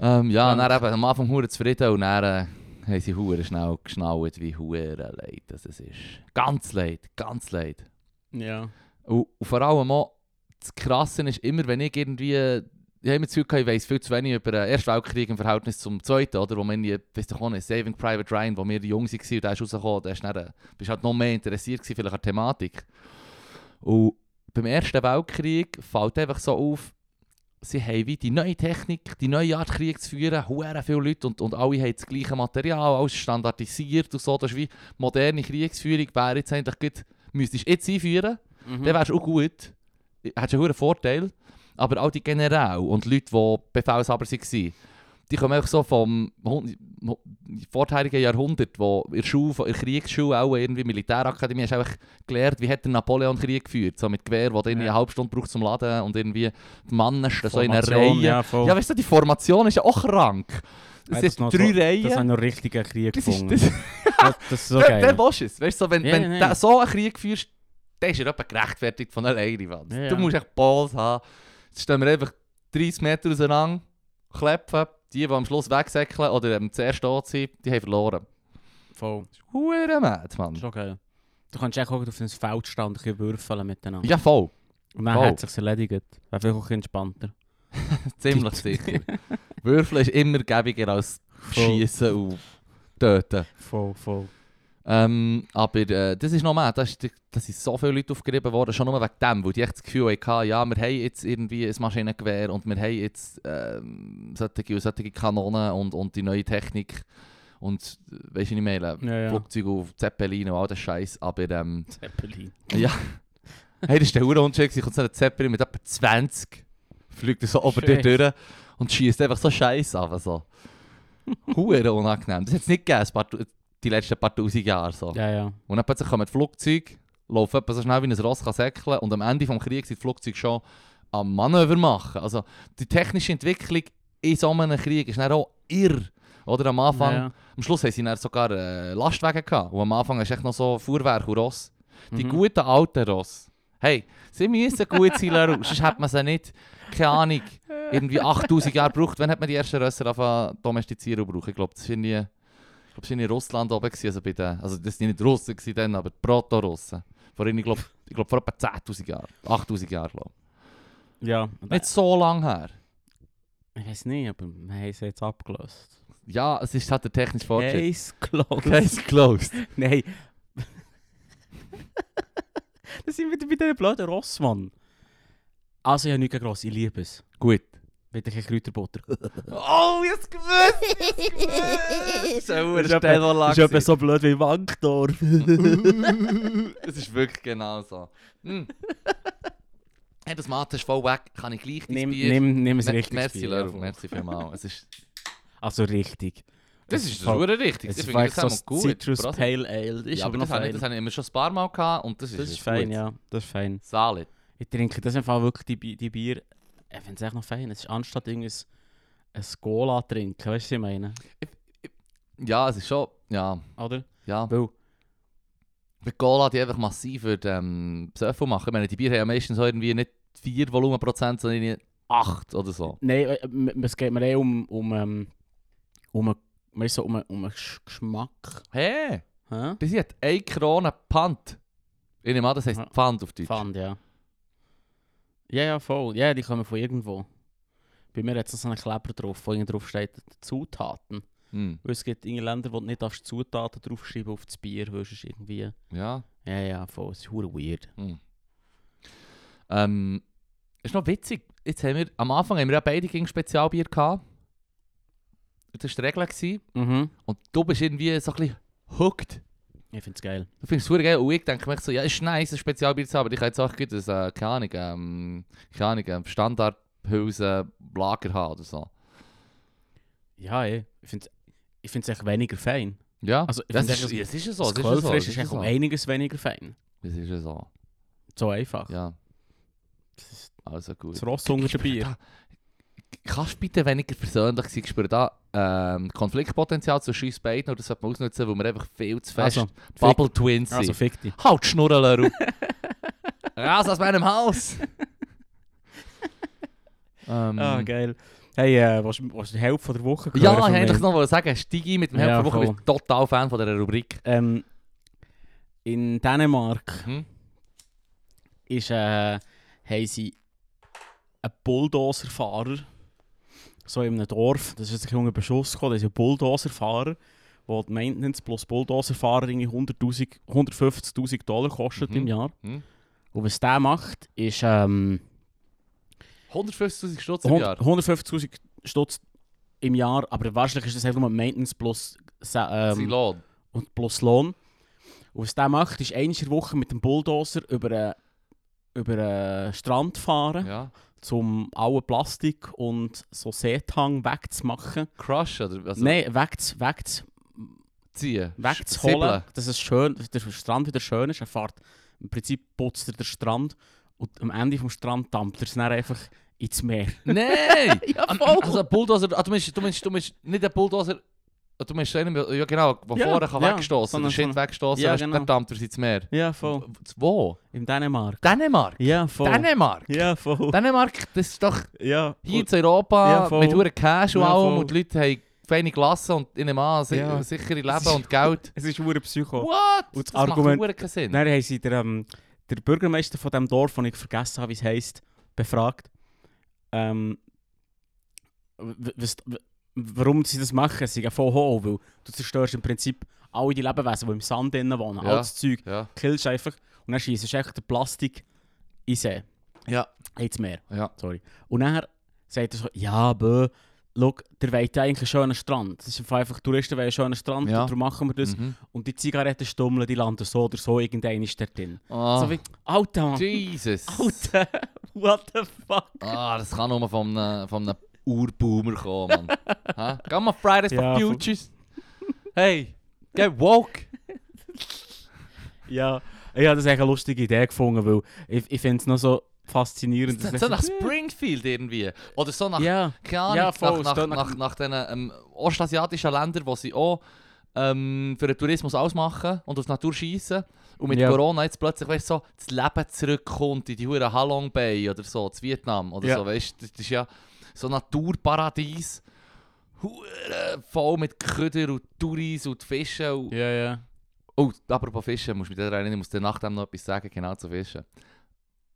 [SPEAKER 2] Ähm, ja,
[SPEAKER 1] Ja.
[SPEAKER 2] dann eben am Anfang hure zufrieden und dann äh, haben sie hure schnell geschnallt, wie hure leid das es ist. Ganz leid, ganz leid.
[SPEAKER 1] Ja.
[SPEAKER 2] Und, und vor allem auch, das Krasse ist immer, wenn ich irgendwie... Ich habe immer das Gefühl, gehabt, ich weiss viel zu wenig über den Ersten Weltkrieg im Verhältnis zum Zweiten, oder? Wo man, weiss doch auch nicht, Saving Private Ryan, wo wir jung waren und der ist rausgekommen, der ist dann, äh, bist halt noch mehr interessiert gewesen, vielleicht an der Thematik. Und beim Ersten Weltkrieg fällt einfach so auf, sie haben wie die neue Technik, die neue Art Krieg zu führen, hure viele Leute und, und alle haben das gleiche Material, alles ist standardisiert und so. Das ist wie moderne Kriegsführung, wäre jetzt eigentlich gut, müsstest du jetzt einführen,
[SPEAKER 1] Mhm.
[SPEAKER 2] dann wärst du auch gut. Hättest einen hohen Vorteil. Aber auch die Generäle und Leute, die Befehlshaber waren, die kommen einfach so vom Hund- Mo- vorherigen Jahrhundert, wo in der Schule, in der Kriegsschule, auch irgendwie Militärakademie, hast du einfach gelernt, wie hat der Napoleon Krieg geführt. So mit Gewehr, wo du irgendwie
[SPEAKER 1] Ja.
[SPEAKER 2] eine halbe Stunde braucht zum Laden und irgendwie die Männer stehen so in einer Reihe.
[SPEAKER 1] Formation,
[SPEAKER 2] Ja,
[SPEAKER 1] Ja, voll.
[SPEAKER 2] weißt du, die Formation ist ja auch krank.
[SPEAKER 1] Ja,
[SPEAKER 2] Es
[SPEAKER 1] das
[SPEAKER 2] sind
[SPEAKER 1] noch
[SPEAKER 2] drei
[SPEAKER 1] so-
[SPEAKER 2] Reihen.
[SPEAKER 1] Das habe ich noch richtig einen Krieg
[SPEAKER 2] Das
[SPEAKER 1] gefunden.
[SPEAKER 2] ist, das,
[SPEAKER 1] Das, das ist so
[SPEAKER 2] der, der
[SPEAKER 1] geil.
[SPEAKER 2] willst du es. Weißt du, so, wenn,
[SPEAKER 1] Ja,
[SPEAKER 2] wenn
[SPEAKER 1] ja,
[SPEAKER 2] du
[SPEAKER 1] ja.
[SPEAKER 2] so einen Krieg führst, dann ist er etwa gerechtfertigt von alleine. Mann.
[SPEAKER 1] Ja,
[SPEAKER 2] Du
[SPEAKER 1] ja.
[SPEAKER 2] musst echt Balls haben. Jetzt stehen wir einfach 30 Meter auseinander, klepfen. Die, die am Schluss wegsäckeln oder ähm, zuerst da sind, die haben verloren.
[SPEAKER 1] Voll.
[SPEAKER 2] Hure mad,
[SPEAKER 1] Das ist
[SPEAKER 2] Mann.
[SPEAKER 1] schon geil. Du kannst echt auch auf einen Feldstand ein bisschen würfeln miteinander.
[SPEAKER 2] Ja, voll.
[SPEAKER 1] Und dann
[SPEAKER 2] voll.
[SPEAKER 1] hat es sich erledigt. Wäre vielleicht auch ein bisschen entspannter.
[SPEAKER 2] Ziemlich sicher. Würfeln ist immer gäbiger als
[SPEAKER 1] Voll.
[SPEAKER 2] Schießen und Töten.
[SPEAKER 1] Voll, voll.
[SPEAKER 2] Ähm, aber äh, das ist normal, das, ist, das sind so viele Leute aufgerieben worden, schon nur wegen dem, weil die echt das Gefühl hatten, ja, wir haben jetzt irgendwie ein Maschinengewehr und wir haben jetzt ähm, solche, und solche Kanonen und, und die neue Technik und, äh, weisst du, was ich meine,
[SPEAKER 1] Ja, ja.
[SPEAKER 2] Flugzeuge auf Zeppelin und all das Scheiß, aber ähm,
[SPEAKER 1] Zeppelin.
[SPEAKER 2] hey, das ist der Hurenhundcheck, ich kommt so ein Zeppelin mit etwa 20, fliegt er so über dir
[SPEAKER 1] Scheiss.
[SPEAKER 2] durch und schießt einfach so Scheiß an, so. Hure unangenehm, das hat es nicht gegeben, ein paar Tu- die letzten paar tausend Jahre so.
[SPEAKER 1] Ja, ja.
[SPEAKER 2] Und dann plötzlich kommen die Flugzeuge, laufen etwa so schnell wie ein Ross kann säckeln und am Ende des Krieges sind die Flugzeuge schon am Manöver machen. Also die technische Entwicklung in so einem Krieg ist dann auch irr. Oder am Anfang,
[SPEAKER 1] Ja,
[SPEAKER 2] am Schluss haben sie dann sogar äh, Lastwagen gehabt. Und am Anfang hast du echt noch so Fuhrwerk und Ross.
[SPEAKER 1] ja.
[SPEAKER 2] Die
[SPEAKER 1] Mhm.
[SPEAKER 2] guten alten Ross. Hey, sie müssen gut sein, Leru, sonst hat man sie nicht, keine Ahnung, irgendwie 8000 Jahre gebraucht. Wann hat man die ersten Rösser angefangen domestizieren und brauchen? Ich glaube, das sind die... Ich glaube, sind in Russland oben gewesen, also bei den, also das sind nicht Russen gewesen dann, aber die Proto-Russen. Vor ihnen, ich glaube, ich glaub, vor etwa 10'000 Jahren, 8'000 Jahren, glaube
[SPEAKER 1] Ja.
[SPEAKER 2] ich. Nicht so lange her.
[SPEAKER 1] Ich weiß nicht, aber wir haben sie jetzt abgelöst.
[SPEAKER 2] Ja, es ist halt der technische Fortschritt.
[SPEAKER 1] Case closed.
[SPEAKER 2] Case closed.
[SPEAKER 1] Nein. das sind wieder bei diesen blöden Rossmann. Also, ich habe nichts gegen Ross, ich liebe es.
[SPEAKER 2] Gut.
[SPEAKER 1] Bitte kein Kräuterbutter.
[SPEAKER 2] Oh, jetzt gewusst, jetzt gewusst. So
[SPEAKER 1] Das
[SPEAKER 2] eine
[SPEAKER 1] ist etwa-
[SPEAKER 2] Stellanlage.
[SPEAKER 1] so blöd wie Wankdorf.
[SPEAKER 2] Es ist wirklich genau so. Hm. Hey, das Mate ist voll weg, kann ich gleich dein
[SPEAKER 1] nimm,
[SPEAKER 2] Bier.
[SPEAKER 1] nimm, nimm es
[SPEAKER 2] Me-
[SPEAKER 1] richtig.
[SPEAKER 2] merci,
[SPEAKER 1] Bier,
[SPEAKER 2] Leru,
[SPEAKER 1] ja.
[SPEAKER 2] merci vielmals. Es ist,
[SPEAKER 1] Also richtig.
[SPEAKER 2] das
[SPEAKER 1] Es
[SPEAKER 2] ist
[SPEAKER 1] voll-
[SPEAKER 2] super richtig.
[SPEAKER 1] Es
[SPEAKER 2] Ich
[SPEAKER 1] ist
[SPEAKER 2] finde
[SPEAKER 1] wirklich
[SPEAKER 2] das
[SPEAKER 1] so
[SPEAKER 2] auch
[SPEAKER 1] ein
[SPEAKER 2] gut.
[SPEAKER 1] Citrus
[SPEAKER 2] Brass-
[SPEAKER 1] Pale Ale. Das ist
[SPEAKER 2] ja,
[SPEAKER 1] aber
[SPEAKER 2] aber
[SPEAKER 1] noch
[SPEAKER 2] das habe, ich,
[SPEAKER 1] fein.
[SPEAKER 2] das habe ich immer schon ein paar Mal gehabt und das ist,
[SPEAKER 1] Das ist
[SPEAKER 2] gut.
[SPEAKER 1] fein, ja. Das ist fein.
[SPEAKER 2] Solid.
[SPEAKER 1] Ich trinke das im Fall wirklich, die, Bi- die Bier, ich finde es echt noch fein. Es ist anstatt irgendwas, ein Cola zu trinken, weißt du, was ich meine?
[SPEAKER 2] Ja, es ist schon, ja,
[SPEAKER 1] Oder?
[SPEAKER 2] ja.
[SPEAKER 1] Weil,
[SPEAKER 2] Bei Cola die einfach massiv für ähm, Pseudo machen. Ich meine, die Bier haben ja meistens so irgendwie nicht 4 Volumenprozent, sondern irgendwie 8 oder so.
[SPEAKER 1] nein, äh, m- m- es geht mir eh um, um, ähm, um, ein- weißt du, um, ein- um einen Gesch- Geschmack.
[SPEAKER 2] Hey,
[SPEAKER 1] Hä?
[SPEAKER 2] bis jetzt 1 Krone Pant. Ich nehme an, das heisst
[SPEAKER 1] Ja.
[SPEAKER 2] Pfand auf Deutsch.
[SPEAKER 1] Fand, ja. Ja, ja, voll. Ja, die kommen von irgendwo. Bei mir hat es so einen Kleber drauf, wo irgendwie drauf steht, Zutaten.
[SPEAKER 2] Hm.
[SPEAKER 1] Weil es gibt irgendwie Länder, wo du nicht darfst Zutaten draufschreiben auf das Bier, weil es ist irgendwie...
[SPEAKER 2] Ja.
[SPEAKER 1] Ja, ja, voll. Es ist verdammt weird.
[SPEAKER 2] Hm. Ähm, ist noch witzig. Jetzt haben wir, am Anfang haben wir ja beide gegen Spezialbier gehabt. Das war die Regel. gewesen.
[SPEAKER 1] Mhm.
[SPEAKER 2] Und du bist irgendwie so ein bisschen hooked.
[SPEAKER 1] Ich finde es geil.
[SPEAKER 2] Du findest es super geil. Und ich denke mir so, ja, ist nice, ein Spezialbier zu haben. Aber ich kann jetzt auch gut ein, äh, keine Ahnung, ähm, keine Ahnung, ähm, Standardhülse Lager haben oder so.
[SPEAKER 1] Ja, eh. ich finde ich find's echt weniger fein.
[SPEAKER 2] Ja,
[SPEAKER 1] Also, ich
[SPEAKER 2] das
[SPEAKER 1] finde
[SPEAKER 2] ist,
[SPEAKER 1] eigentlich,
[SPEAKER 2] es ist ja so.
[SPEAKER 1] das
[SPEAKER 2] Es ist ja so.
[SPEAKER 1] Quellfrisch
[SPEAKER 2] Es
[SPEAKER 1] ist
[SPEAKER 2] ist ja
[SPEAKER 1] echt um
[SPEAKER 2] so.
[SPEAKER 1] einiges weniger fein.
[SPEAKER 2] Es ist ja so.
[SPEAKER 1] So einfach.
[SPEAKER 2] Ja,
[SPEAKER 1] Das, ist
[SPEAKER 2] also gut.
[SPEAKER 1] das Ross unter dem Bier.
[SPEAKER 2] Kannst du bitte weniger persönlich sein? Ich spüre da ähm, Konfliktpotenzial zwischen uns beiden oder das sollte man ausnutzen, weil wir einfach viel zu fest
[SPEAKER 1] Also,
[SPEAKER 2] Bubble Twins sind.
[SPEAKER 1] Also, fick dich.
[SPEAKER 2] halt die Schnurren, Leru. Raus aus meinem Haus! ähm,
[SPEAKER 1] Ah, geil. Hey, äh, was, was die Hälfte von der Woche
[SPEAKER 2] Ja, ich
[SPEAKER 1] gehört von
[SPEAKER 2] wollte
[SPEAKER 1] mir.
[SPEAKER 2] eigentlich noch mal sagen, Stigi mit dem
[SPEAKER 1] Ja,
[SPEAKER 2] Helfer Woche
[SPEAKER 1] voll.
[SPEAKER 2] bist total Fan von dieser Rubrik.
[SPEAKER 1] Ähm, in Dänemark
[SPEAKER 2] Mhm.
[SPEAKER 1] ist, äh, haben sie einen Bulldozer-Fahrer, so in Dus einem Dorf, das ist jetzt ein Beschuss gekommen, da ist ein Bulldozer-Fahrer, wo die Maintenance plus Bulldozer-Fahrer irgendwie 100.000 150.000 Dollar kostet
[SPEAKER 2] Mhm.
[SPEAKER 1] im Jahr.
[SPEAKER 2] Mhm.
[SPEAKER 1] Und was der macht, ist ähm,
[SPEAKER 2] 150.000 Stutz im Jahr.
[SPEAKER 1] 100- 150.000 Stutz im Jahr, aber wahrscheinlich ist das einfach nur dus Maintenance plus sa-
[SPEAKER 2] Sein
[SPEAKER 1] ähm,
[SPEAKER 2] Lohn.
[SPEAKER 1] und plus Lohn. Und was der macht, ist einmal in der Woche mit dem Bulldozer über einen, über einen Strand fahren,
[SPEAKER 2] Ja.
[SPEAKER 1] um alle Plastik und so Seethang wegzumachen.
[SPEAKER 2] Crush oder also
[SPEAKER 1] Nein, wegz, wegz,
[SPEAKER 2] ziehen.
[SPEAKER 1] wegzuholen,
[SPEAKER 2] Sibbeln.
[SPEAKER 1] dass es schön, dass der Strand wieder schön ist. Er fährt, im Prinzip putzt er den Strand und am Ende vom Strand dampft er es dann einfach ins Meer.
[SPEAKER 2] Nein!
[SPEAKER 1] Ja,
[SPEAKER 2] Am- Also ein Bulldozer, ah, du meinst, du meinst, du meinst nicht ein Bulldozer, ah, du meinst einen, ja genau, der
[SPEAKER 1] Ja,
[SPEAKER 2] vorne kann
[SPEAKER 1] ja,
[SPEAKER 2] wegstoßen,
[SPEAKER 1] sondern
[SPEAKER 2] den Shit
[SPEAKER 1] vorne.
[SPEAKER 2] wegstoßen,
[SPEAKER 1] Ja,
[SPEAKER 2] ja, genau.
[SPEAKER 1] genau.
[SPEAKER 2] dann dampft er ins Meer.
[SPEAKER 1] Ja, voll.
[SPEAKER 2] W- Wo?
[SPEAKER 1] In Dänemark.
[SPEAKER 2] Dänemark?
[SPEAKER 1] Ja, voll.
[SPEAKER 2] Dänemark?
[SPEAKER 1] Ja, voll.
[SPEAKER 2] Dänemark, das ist doch
[SPEAKER 1] Ja,
[SPEAKER 2] hier in Europa
[SPEAKER 1] Ja, voll.
[SPEAKER 2] mit hohen Cash und
[SPEAKER 1] Ja,
[SPEAKER 2] allem
[SPEAKER 1] voll.
[SPEAKER 2] und die Leute haben feine Klasse und in eh, einem Mann si
[SPEAKER 1] Ja.
[SPEAKER 2] sichere
[SPEAKER 1] Es
[SPEAKER 2] Leben
[SPEAKER 1] ist-
[SPEAKER 2] und Geld.
[SPEAKER 1] Es ist hure Psycho.
[SPEAKER 2] What?
[SPEAKER 1] Und das
[SPEAKER 2] das macht
[SPEAKER 1] Argument-
[SPEAKER 2] verdammt keinen Sinn.
[SPEAKER 1] Dann haben sie der, ähm, der Bürgermeister von dem Dorf, den ich vergessen habe, wie es heisst, befragt, ähm, w- was, w- warum sie das machen. Sie gehen voll hoch, weil du zerstörst im Prinzip all die Lebewesen, die im Sand drinnen wohnen,
[SPEAKER 2] Ja.
[SPEAKER 1] all das Zeug.
[SPEAKER 2] Ja,
[SPEAKER 1] Killst einfach und dann schießt einfach den Plastik in den See.
[SPEAKER 2] Ja.
[SPEAKER 1] Ins Meer.
[SPEAKER 2] ja.
[SPEAKER 1] Sorry. Und dann sagt er so, ja, bö, schau, der wollt ja eigentlich einen schönen Strand. Das ist einfach- einfach, Touristen wollen einen schönen Strand,
[SPEAKER 2] Ja.
[SPEAKER 1] und darum machen wir das.
[SPEAKER 2] Mhm.
[SPEAKER 1] Und die Zigarettenstummel, die landen so oder so irgendein ist dort drin.
[SPEAKER 2] Ah,
[SPEAKER 1] So wie, Alter, Mann.
[SPEAKER 2] Jesus.
[SPEAKER 1] Alter, what the fuck?
[SPEAKER 2] Ah, das kann nur von einem, von einem Urboomer kommen, Mann. Hä? Geh mal Fridays
[SPEAKER 1] Ja,
[SPEAKER 2] for
[SPEAKER 1] voll.
[SPEAKER 2] Futures. Hey, geh woke.
[SPEAKER 1] Ja, ich habe das echt eine lustige Idee gefunden, weil ich, ich finde es noch so faszinierend.
[SPEAKER 2] So
[SPEAKER 1] dass-
[SPEAKER 2] so nach Springfield irgendwie. Oder so nach,
[SPEAKER 1] Ja,
[SPEAKER 2] keine Ahnung,
[SPEAKER 1] Ja,
[SPEAKER 2] nach,
[SPEAKER 1] voll, es
[SPEAKER 2] nach,
[SPEAKER 1] tönt
[SPEAKER 2] nach, nach,
[SPEAKER 1] nach-
[SPEAKER 2] diesen ähm, ostasiatischen Ländern, wo sie auch ähm, für den Tourismus ausmachen und auf die Natur schießen. Und mit
[SPEAKER 1] Ja.
[SPEAKER 2] Corona jetzt plötzlich, weißt du, so, das Leben zurückkommt in die Hure Halong Bay oder so, zu Vietnam oder
[SPEAKER 1] Ja.
[SPEAKER 2] so, weißt du, das ist ja so ein Naturparadies. Hure voll mit Köder und Touris und Fischen. Und
[SPEAKER 1] ja, ja.
[SPEAKER 2] Oh, apropos Fischen, musst du mit der rein, ich muss dir nach dem noch etwas sagen, genau zu Fischen.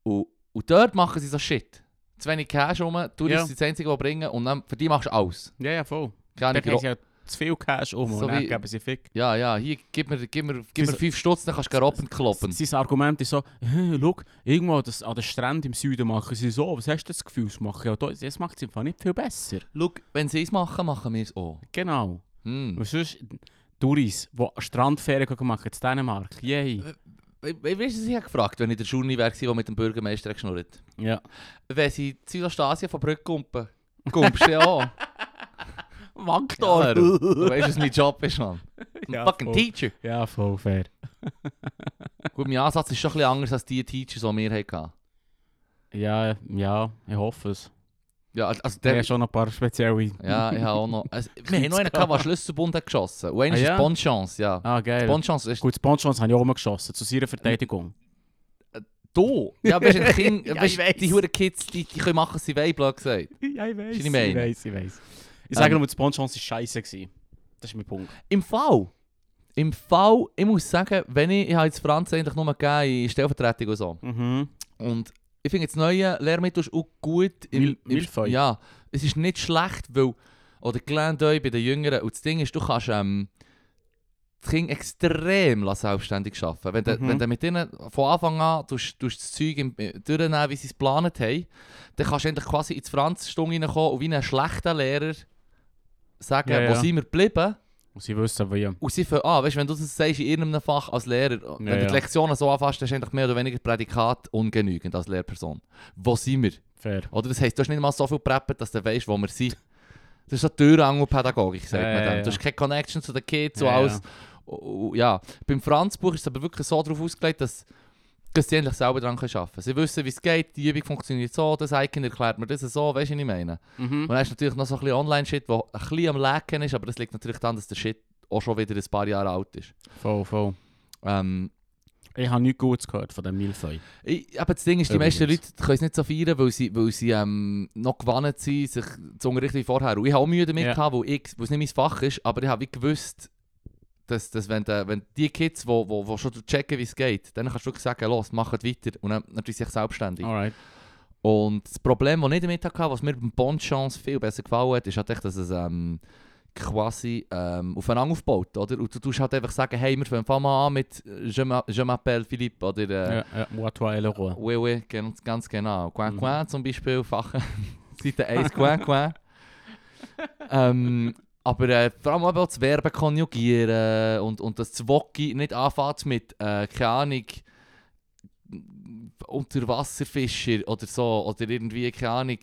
[SPEAKER 2] Und, und dort machen sie so Shit. Zu wenig Cash rum, Touristen
[SPEAKER 1] Ja.
[SPEAKER 2] sind das Einzige, die bringen und dann, für die machst du alles.
[SPEAKER 1] Ja, ja, voll.
[SPEAKER 2] Keine
[SPEAKER 1] Da
[SPEAKER 2] Ahnung,
[SPEAKER 1] gehen sie ja zu viel Cash um
[SPEAKER 2] So
[SPEAKER 1] und dann
[SPEAKER 2] wie-
[SPEAKER 1] geben sie Fick.
[SPEAKER 2] Ja, ja, hier, gib mir 5 gib mir, gib mir
[SPEAKER 1] Sie-
[SPEAKER 2] fünf Stutz, dann kannst du Garoppen kloppen.
[SPEAKER 1] Sein Argument ist so, «Hä, schau, irgendwo das, an den Stränden im Süden machen sie so, was hast du das Gefühl, sie machen? Ja, da- das macht es einfach nicht viel besser.
[SPEAKER 2] Schau, wenn sie es machen, machen wir es auch.
[SPEAKER 1] Genau.
[SPEAKER 2] Hm.
[SPEAKER 1] Und sonst, Touris, die eine Strandferien gehen machen in Dänemark, yay.
[SPEAKER 2] We- we- Weißt du, was ich habe gefragt wenn ich der Schuni wäre, der mit dem Bürgermeister geschnurrt hat?
[SPEAKER 1] Ja.
[SPEAKER 2] Wenn sie in Südostasien von Brück kumpen, kumpst du ja auch.
[SPEAKER 1] Wankdorf.
[SPEAKER 2] Ja, du du weißt, was mein Job ist, Mann. I'm
[SPEAKER 1] Ja,
[SPEAKER 2] fucking
[SPEAKER 1] voll.
[SPEAKER 2] Teacher.
[SPEAKER 1] Ja, voll fair.
[SPEAKER 2] Gut, mein Ansatz ist schon ein bisschen anders als die Teachers, die wir hatten.
[SPEAKER 1] Ja, ja, ich hoffe es.
[SPEAKER 2] Ja, al- also
[SPEAKER 1] Der
[SPEAKER 2] der...
[SPEAKER 1] ist schon ein paar spezielle.
[SPEAKER 2] Ja, ich habe auch noch... Also, wir haben noch einen, gehabt, der Schlüsselbund hat geschossen Und einer
[SPEAKER 1] Ah,
[SPEAKER 2] ist
[SPEAKER 1] ja?
[SPEAKER 2] Bonchance, ja.
[SPEAKER 1] Ah, geil.
[SPEAKER 2] Bonchance ist...
[SPEAKER 1] Gut, Sponchons haben ja auch mal geschossen, zu ihrer Verteidigung.
[SPEAKER 2] Du! Ja, weißt du, ein Kind...
[SPEAKER 1] Ja, ich
[SPEAKER 2] weißt, du, die
[SPEAKER 1] weiss.
[SPEAKER 2] huren Kids, die, die können machen, was sie wollen, blöd gesagt.
[SPEAKER 1] ja, ich
[SPEAKER 2] Ist
[SPEAKER 1] weiß.
[SPEAKER 2] nicht meine.
[SPEAKER 1] ich weiß. Ich sage
[SPEAKER 2] Ähm.
[SPEAKER 1] nur, die Sponchons waren scheiße. gewesen. Das ist mein Punkt.
[SPEAKER 2] Im Fall... Im Fall... Ich muss sagen, wenn ich... Ich habe jetzt Franz eigentlich nur gegeben in Stellvertretung und so.
[SPEAKER 1] Mhm.
[SPEAKER 2] Und ich finde, das neue Lehrmittel ist auch gut. im-
[SPEAKER 1] Mil-
[SPEAKER 2] im-
[SPEAKER 1] Milchfeu.
[SPEAKER 2] Ja, es ist nicht schlecht, weil... Oder gelernt euch bei den Jüngeren. Und das Ding ist, du kannst... Ähm, das Kind extrem lassen selbstständig arbeiten. Wenn du,
[SPEAKER 1] Mhm.
[SPEAKER 2] wenn du mit ihnen von Anfang an tust, tust das Zeug im, äh, durchnehmen, wie sie es geplant haben, dann kannst du endlich quasi in die Franzstunde reinkommen und wie ein schlechter Lehrer sagen,
[SPEAKER 1] Ja,
[SPEAKER 2] wo
[SPEAKER 1] ja.
[SPEAKER 2] sind wir geblieben.
[SPEAKER 1] Und sie wissen, wie.
[SPEAKER 2] Und sie fangen an, weißt, du, wenn du das sagst in irgendeinem Fach als Lehrer, äh, wenn du
[SPEAKER 1] ja.
[SPEAKER 2] die Lektionen so anfasst, dann ist eigentlich mehr oder weniger Prädikat ungenügend als Lehrperson. Wo sind wir?
[SPEAKER 1] Fair.
[SPEAKER 2] Oder das heisst, du hast nicht mal so viel preppert, dass du weißt, wo wir sind. Das ist so Türangelpädagogik, sagt
[SPEAKER 1] Ja,
[SPEAKER 2] man
[SPEAKER 1] ja,
[SPEAKER 2] dann.
[SPEAKER 1] ja.
[SPEAKER 2] Du hast keine Connection zu den Kids
[SPEAKER 1] Ja,
[SPEAKER 2] und alles. Oh, oh, ja. Beim Franz-Buch ist es aber wirklich so darauf ausgelegt, dass, dass sie endlich selber dran können arbeiten können. Sie wissen, wie es geht, die Übung funktioniert so, das Icon erklärt mir das so, weißt du, was ich meine? Und
[SPEAKER 1] Mhm.
[SPEAKER 2] dann ist natürlich noch so ein bisschen Online-Shit, der ein bisschen am Lacken ist, aber das liegt natürlich daran, dass der Shit auch schon wieder ein paar Jahre alt ist.
[SPEAKER 1] Voll, voll.
[SPEAKER 2] Ähm,
[SPEAKER 1] Ich habe nichts Gutes gehört von dem Milfeu.
[SPEAKER 2] Ich, aber das Ding ist, die
[SPEAKER 1] Übrigens.
[SPEAKER 2] meisten Leute können es nicht so feiern, weil sie, weil sie ähm, noch gewandt sind, sich zu unterrichten wie vorher. Und ich habe auch Mühe damit,
[SPEAKER 1] Ja.
[SPEAKER 2] gehabt, weil, ich, weil es nicht mein Fach ist, aber ich habe wie gewusst, dass, dass wenn, der, wenn die Kids, die wo, wo, wo schon checken, wie es geht, dann kannst du wirklich sagen, los, macht weiter. Und dann natürlich sich selbstständig.
[SPEAKER 1] Alright.
[SPEAKER 2] Und das Problem, das ich damit hatte, was mir beim Bond-Chance viel besser gefallen hat, ist halt echt, dass es ähm, quasi ähm, aufeinander aufbaut, oder? Und du tust halt einfach sagen, hey, wir fangen mal an mit äh, «Je m'a- je m'appelle Philippe» oder äh,
[SPEAKER 1] Ja, ja, moi, toi et le roi.
[SPEAKER 2] «Oui, oui, ganz, ganz genau». «Coin,
[SPEAKER 1] Mhm.
[SPEAKER 2] coin» zum Beispiel, Fach- Seite 1, «Coin, coin». ähm, aber äh, vor allem eben auch das Verben konjugieren und, und das Zwocki nicht anfängt mit, äh, keine Ahnung, Unterwasserfischer oder so, oder irgendwie, keine Ahnung,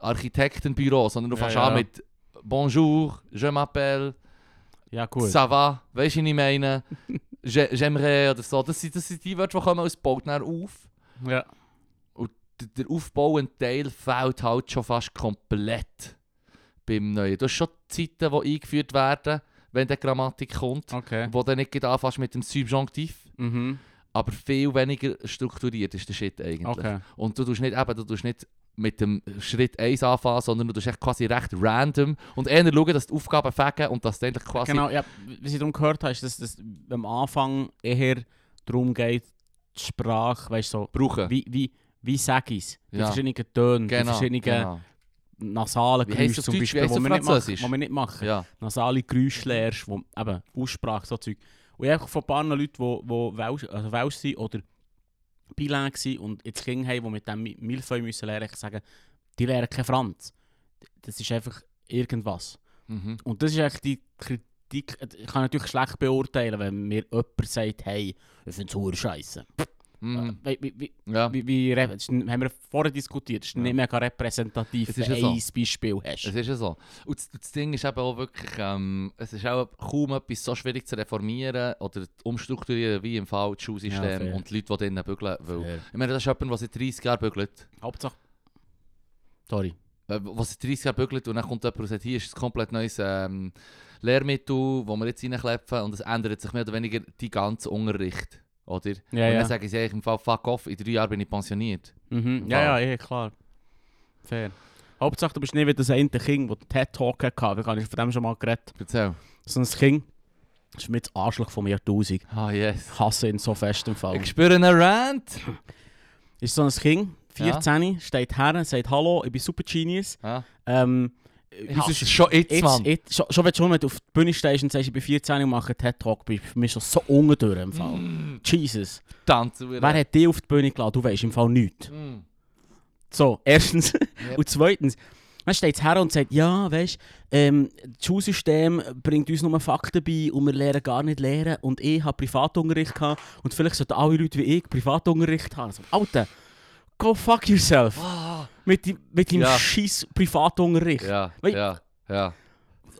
[SPEAKER 2] Architektenbüro, sondern du
[SPEAKER 1] Ja,
[SPEAKER 2] fängst
[SPEAKER 1] ja.
[SPEAKER 2] an mit Bonjour, je m'appelle,
[SPEAKER 1] Ja, cool.
[SPEAKER 2] ça va, weißt du, was ich meine? Je- J'aimerais oder so. Das sind, das sind die Wörter, die kommen aus baut dann auf.
[SPEAKER 1] Ja.
[SPEAKER 2] D- Der aufbauende Teil fehlt halt schon fast komplett beim Neuen. Du hast schon Zeiten, die eingeführt werden, wenn die Grammatik kommt,
[SPEAKER 1] Okay.
[SPEAKER 2] wo du nicht gleich anfängst mit dem Subjunktiv,
[SPEAKER 1] Mhm.
[SPEAKER 2] aber viel weniger strukturiert ist der Shit eigentlich.
[SPEAKER 1] Okay.
[SPEAKER 2] Und du tust nicht, eben, du tust nicht mit dem Schritt 1 anfangen, sondern du tust echt quasi recht random und eher schauen, dass die Aufgaben fegen und dass du eigentlich quasi...
[SPEAKER 1] Genau, ja. Was ich darum gehört habe, ist, dass es am Anfang eher darum geht, die Sprache, weißt du, so,
[SPEAKER 2] Brauchen.
[SPEAKER 1] wie, wie, wie sage ich es? Die
[SPEAKER 2] Ja.
[SPEAKER 1] verschiedenen Töne, die verschiedenen
[SPEAKER 2] genau.
[SPEAKER 1] nasalen
[SPEAKER 2] Wie heisst
[SPEAKER 1] Geräusche
[SPEAKER 2] das
[SPEAKER 1] zum
[SPEAKER 2] Deutsch? Wie
[SPEAKER 1] Beispiel,
[SPEAKER 2] heisst
[SPEAKER 1] die
[SPEAKER 2] das
[SPEAKER 1] wir, nicht machen,
[SPEAKER 2] Französisch?
[SPEAKER 1] die wir nicht machen.
[SPEAKER 2] Ja.
[SPEAKER 1] Nasale Geräusche lernst, wo, eben, Aussprache, so Zeug. Und ich habe von ein paar Leuten, die, die Welsh, also Welsh sind oder Bilang sind und jetzt Kinder haben, die mit dem Mi- Milfeu müssen lernen müssen, sagen, die lernen kein Franz. Das ist einfach irgendwas.
[SPEAKER 2] Mhm.
[SPEAKER 1] Und das ist eigentlich die Kritik. Ich kann natürlich schlecht beurteilen, wenn mir jemand sagt, hey, ich finde es scheiße. Äh,
[SPEAKER 2] Mhm.
[SPEAKER 1] Wie, wie, wie,
[SPEAKER 2] Ja.
[SPEAKER 1] wie, wie rep- das ist- haben wir vorher diskutiert, das ist
[SPEAKER 2] Ja.
[SPEAKER 1] nicht mehr repräsentativ,
[SPEAKER 2] Es ist
[SPEAKER 1] wenn
[SPEAKER 2] ja
[SPEAKER 1] du
[SPEAKER 2] so.
[SPEAKER 1] ein Beispiel hast.
[SPEAKER 2] Es ist ja so. Und das, das Ding ist eben auch wirklich, ähm, es ist auch kaum etwas so schwierig zu reformieren oder umstrukturieren wie im Fall das
[SPEAKER 1] Ja,
[SPEAKER 2] Schulsystem
[SPEAKER 1] fair.
[SPEAKER 2] und die Leute, die drinnen bügeln. Weil,
[SPEAKER 1] Fair.
[SPEAKER 2] ich meine, das ist jemand, der seit 30 Jahren bügelt.
[SPEAKER 1] Äh, Hauptsache. Sorry.
[SPEAKER 2] Äh, was seit 30 Jahren bügelt und dann kommt jemand und sagt, hier ist ein komplett neues ähm, Lehrmittel, das wir jetzt reinklepfen und es ändert sich mehr oder weniger die ganze Unterricht. Oder?
[SPEAKER 1] Ja,
[SPEAKER 2] und dann
[SPEAKER 1] ja.
[SPEAKER 2] sage ich, ja, ich im Fall fuck off, in drei Jahren bin ich pensioniert.
[SPEAKER 1] Mhm. Ja, ja, ja, klar. Fair. Hauptsache, du bist nicht wie das eine Kind, das den TED Talk hatte. Wir haben von dem schon mal geredet.
[SPEAKER 2] Erzähl.
[SPEAKER 1] So ein Kind, das ist mir das Arschloch von mir 1000.
[SPEAKER 2] Ah yes.
[SPEAKER 1] Ich hasse ihn so fest im Fall.
[SPEAKER 2] Ich spüre einen Rant.
[SPEAKER 1] Ist so ein Kind,
[SPEAKER 2] Ja.
[SPEAKER 1] 14, steht her, sagt Hallo, ich bin super Genius.
[SPEAKER 2] Ja.
[SPEAKER 1] Ähm,
[SPEAKER 2] Ich
[SPEAKER 1] unser-
[SPEAKER 2] hasse es schon jetzt,
[SPEAKER 1] jetzt,
[SPEAKER 2] Mann.
[SPEAKER 1] jetzt, schon, schon wenn du schon mit auf die Bühne stehst und sagst, ich bin 14 und mache einen TED-Talk, bist du für mich schon so ungedürr im Fall.
[SPEAKER 2] Mm.
[SPEAKER 1] Jesus.
[SPEAKER 2] Tanzen.
[SPEAKER 1] Wer hat dich auf die Bühne geladen? Du weißt im Fall nichts.
[SPEAKER 2] Mm.
[SPEAKER 1] So, erstens. Und zweitens, man steht her und sagt, ja, weißt ähm, das Schulsystem bringt uns nur Fakten bei und wir lernen gar nicht lernen. Und ich habe Privatunterricht gehabt und vielleicht sollten alle Leute wie ich Privatunterricht haben. So, Alter, go fuck yourself.
[SPEAKER 2] Ah.
[SPEAKER 1] Mit, dein- mit deinem
[SPEAKER 2] Ja.
[SPEAKER 1] scheiß Privatunterricht.
[SPEAKER 2] Ja,
[SPEAKER 1] Wei-
[SPEAKER 2] ja, ja.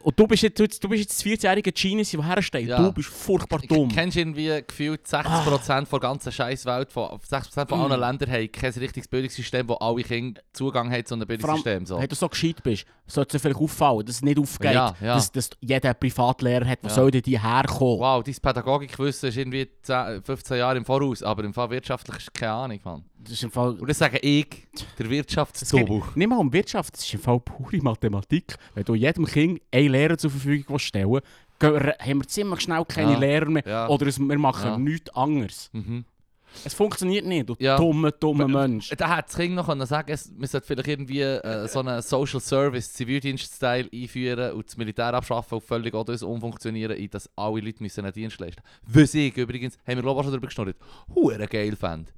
[SPEAKER 1] Und du bist jetzt, du, du bist jetzt 14-jähriger Genius, der hersteht.
[SPEAKER 2] Ja.
[SPEAKER 1] Du bist furchtbar dumm.
[SPEAKER 2] Kennst du irgendwie gefühlt 60% von der ganzen Scheißwelt, von 60% von allen Ländern haben kein richtiges Bildungssystem, wo alle Kinder Zugang haben zu einem
[SPEAKER 1] Vor allem,
[SPEAKER 2] Bildungssystem. So.
[SPEAKER 1] Wenn du so gescheit bist, sollte es vielleicht auffallen, dass es nicht aufgeht,
[SPEAKER 2] Ja, ja.
[SPEAKER 1] Dass, dass jeder Privatlehrer hat, wo
[SPEAKER 2] Ja.
[SPEAKER 1] soll denn die herkommen?
[SPEAKER 2] Wow, dein Pädagogikwissen ist irgendwie 10, 15 Jahre im Voraus, aber im Fall wirtschaftlich ist keine Ahnung, Mann.
[SPEAKER 1] Das ist im Fall...
[SPEAKER 2] Und das sage ich, der
[SPEAKER 1] Es geht
[SPEAKER 2] Wirtschaftsdubuch.
[SPEAKER 1] nicht mal um Wirtschaft, es ist im Fall pure Mathematik. Wenn du jedem Kind einen Lehrer zur Verfügung stellen willst, gehen wir- haben wir ziemlich schnell keine
[SPEAKER 2] Ja.
[SPEAKER 1] Lehrer mehr
[SPEAKER 2] Ja.
[SPEAKER 1] oder es, wir machen
[SPEAKER 2] Ja.
[SPEAKER 1] nichts anderes.
[SPEAKER 2] Mhm.
[SPEAKER 1] Es funktioniert nicht, du
[SPEAKER 2] Ja. Äh,
[SPEAKER 1] dumme, dumme Mensch.
[SPEAKER 2] Da hätte das Kind noch können sagen es- man sollte vielleicht irgendwie äh, so einen Social Service, Zivildienst-Style einführen und das Militär abschaffen und völlig auch das umfunktionieren, in das alle Leute müssen einen Dienst leisten müssen. Was ich übrigens, haben wir glaube ich auch schon darüber geschnurrt, hure geil fand.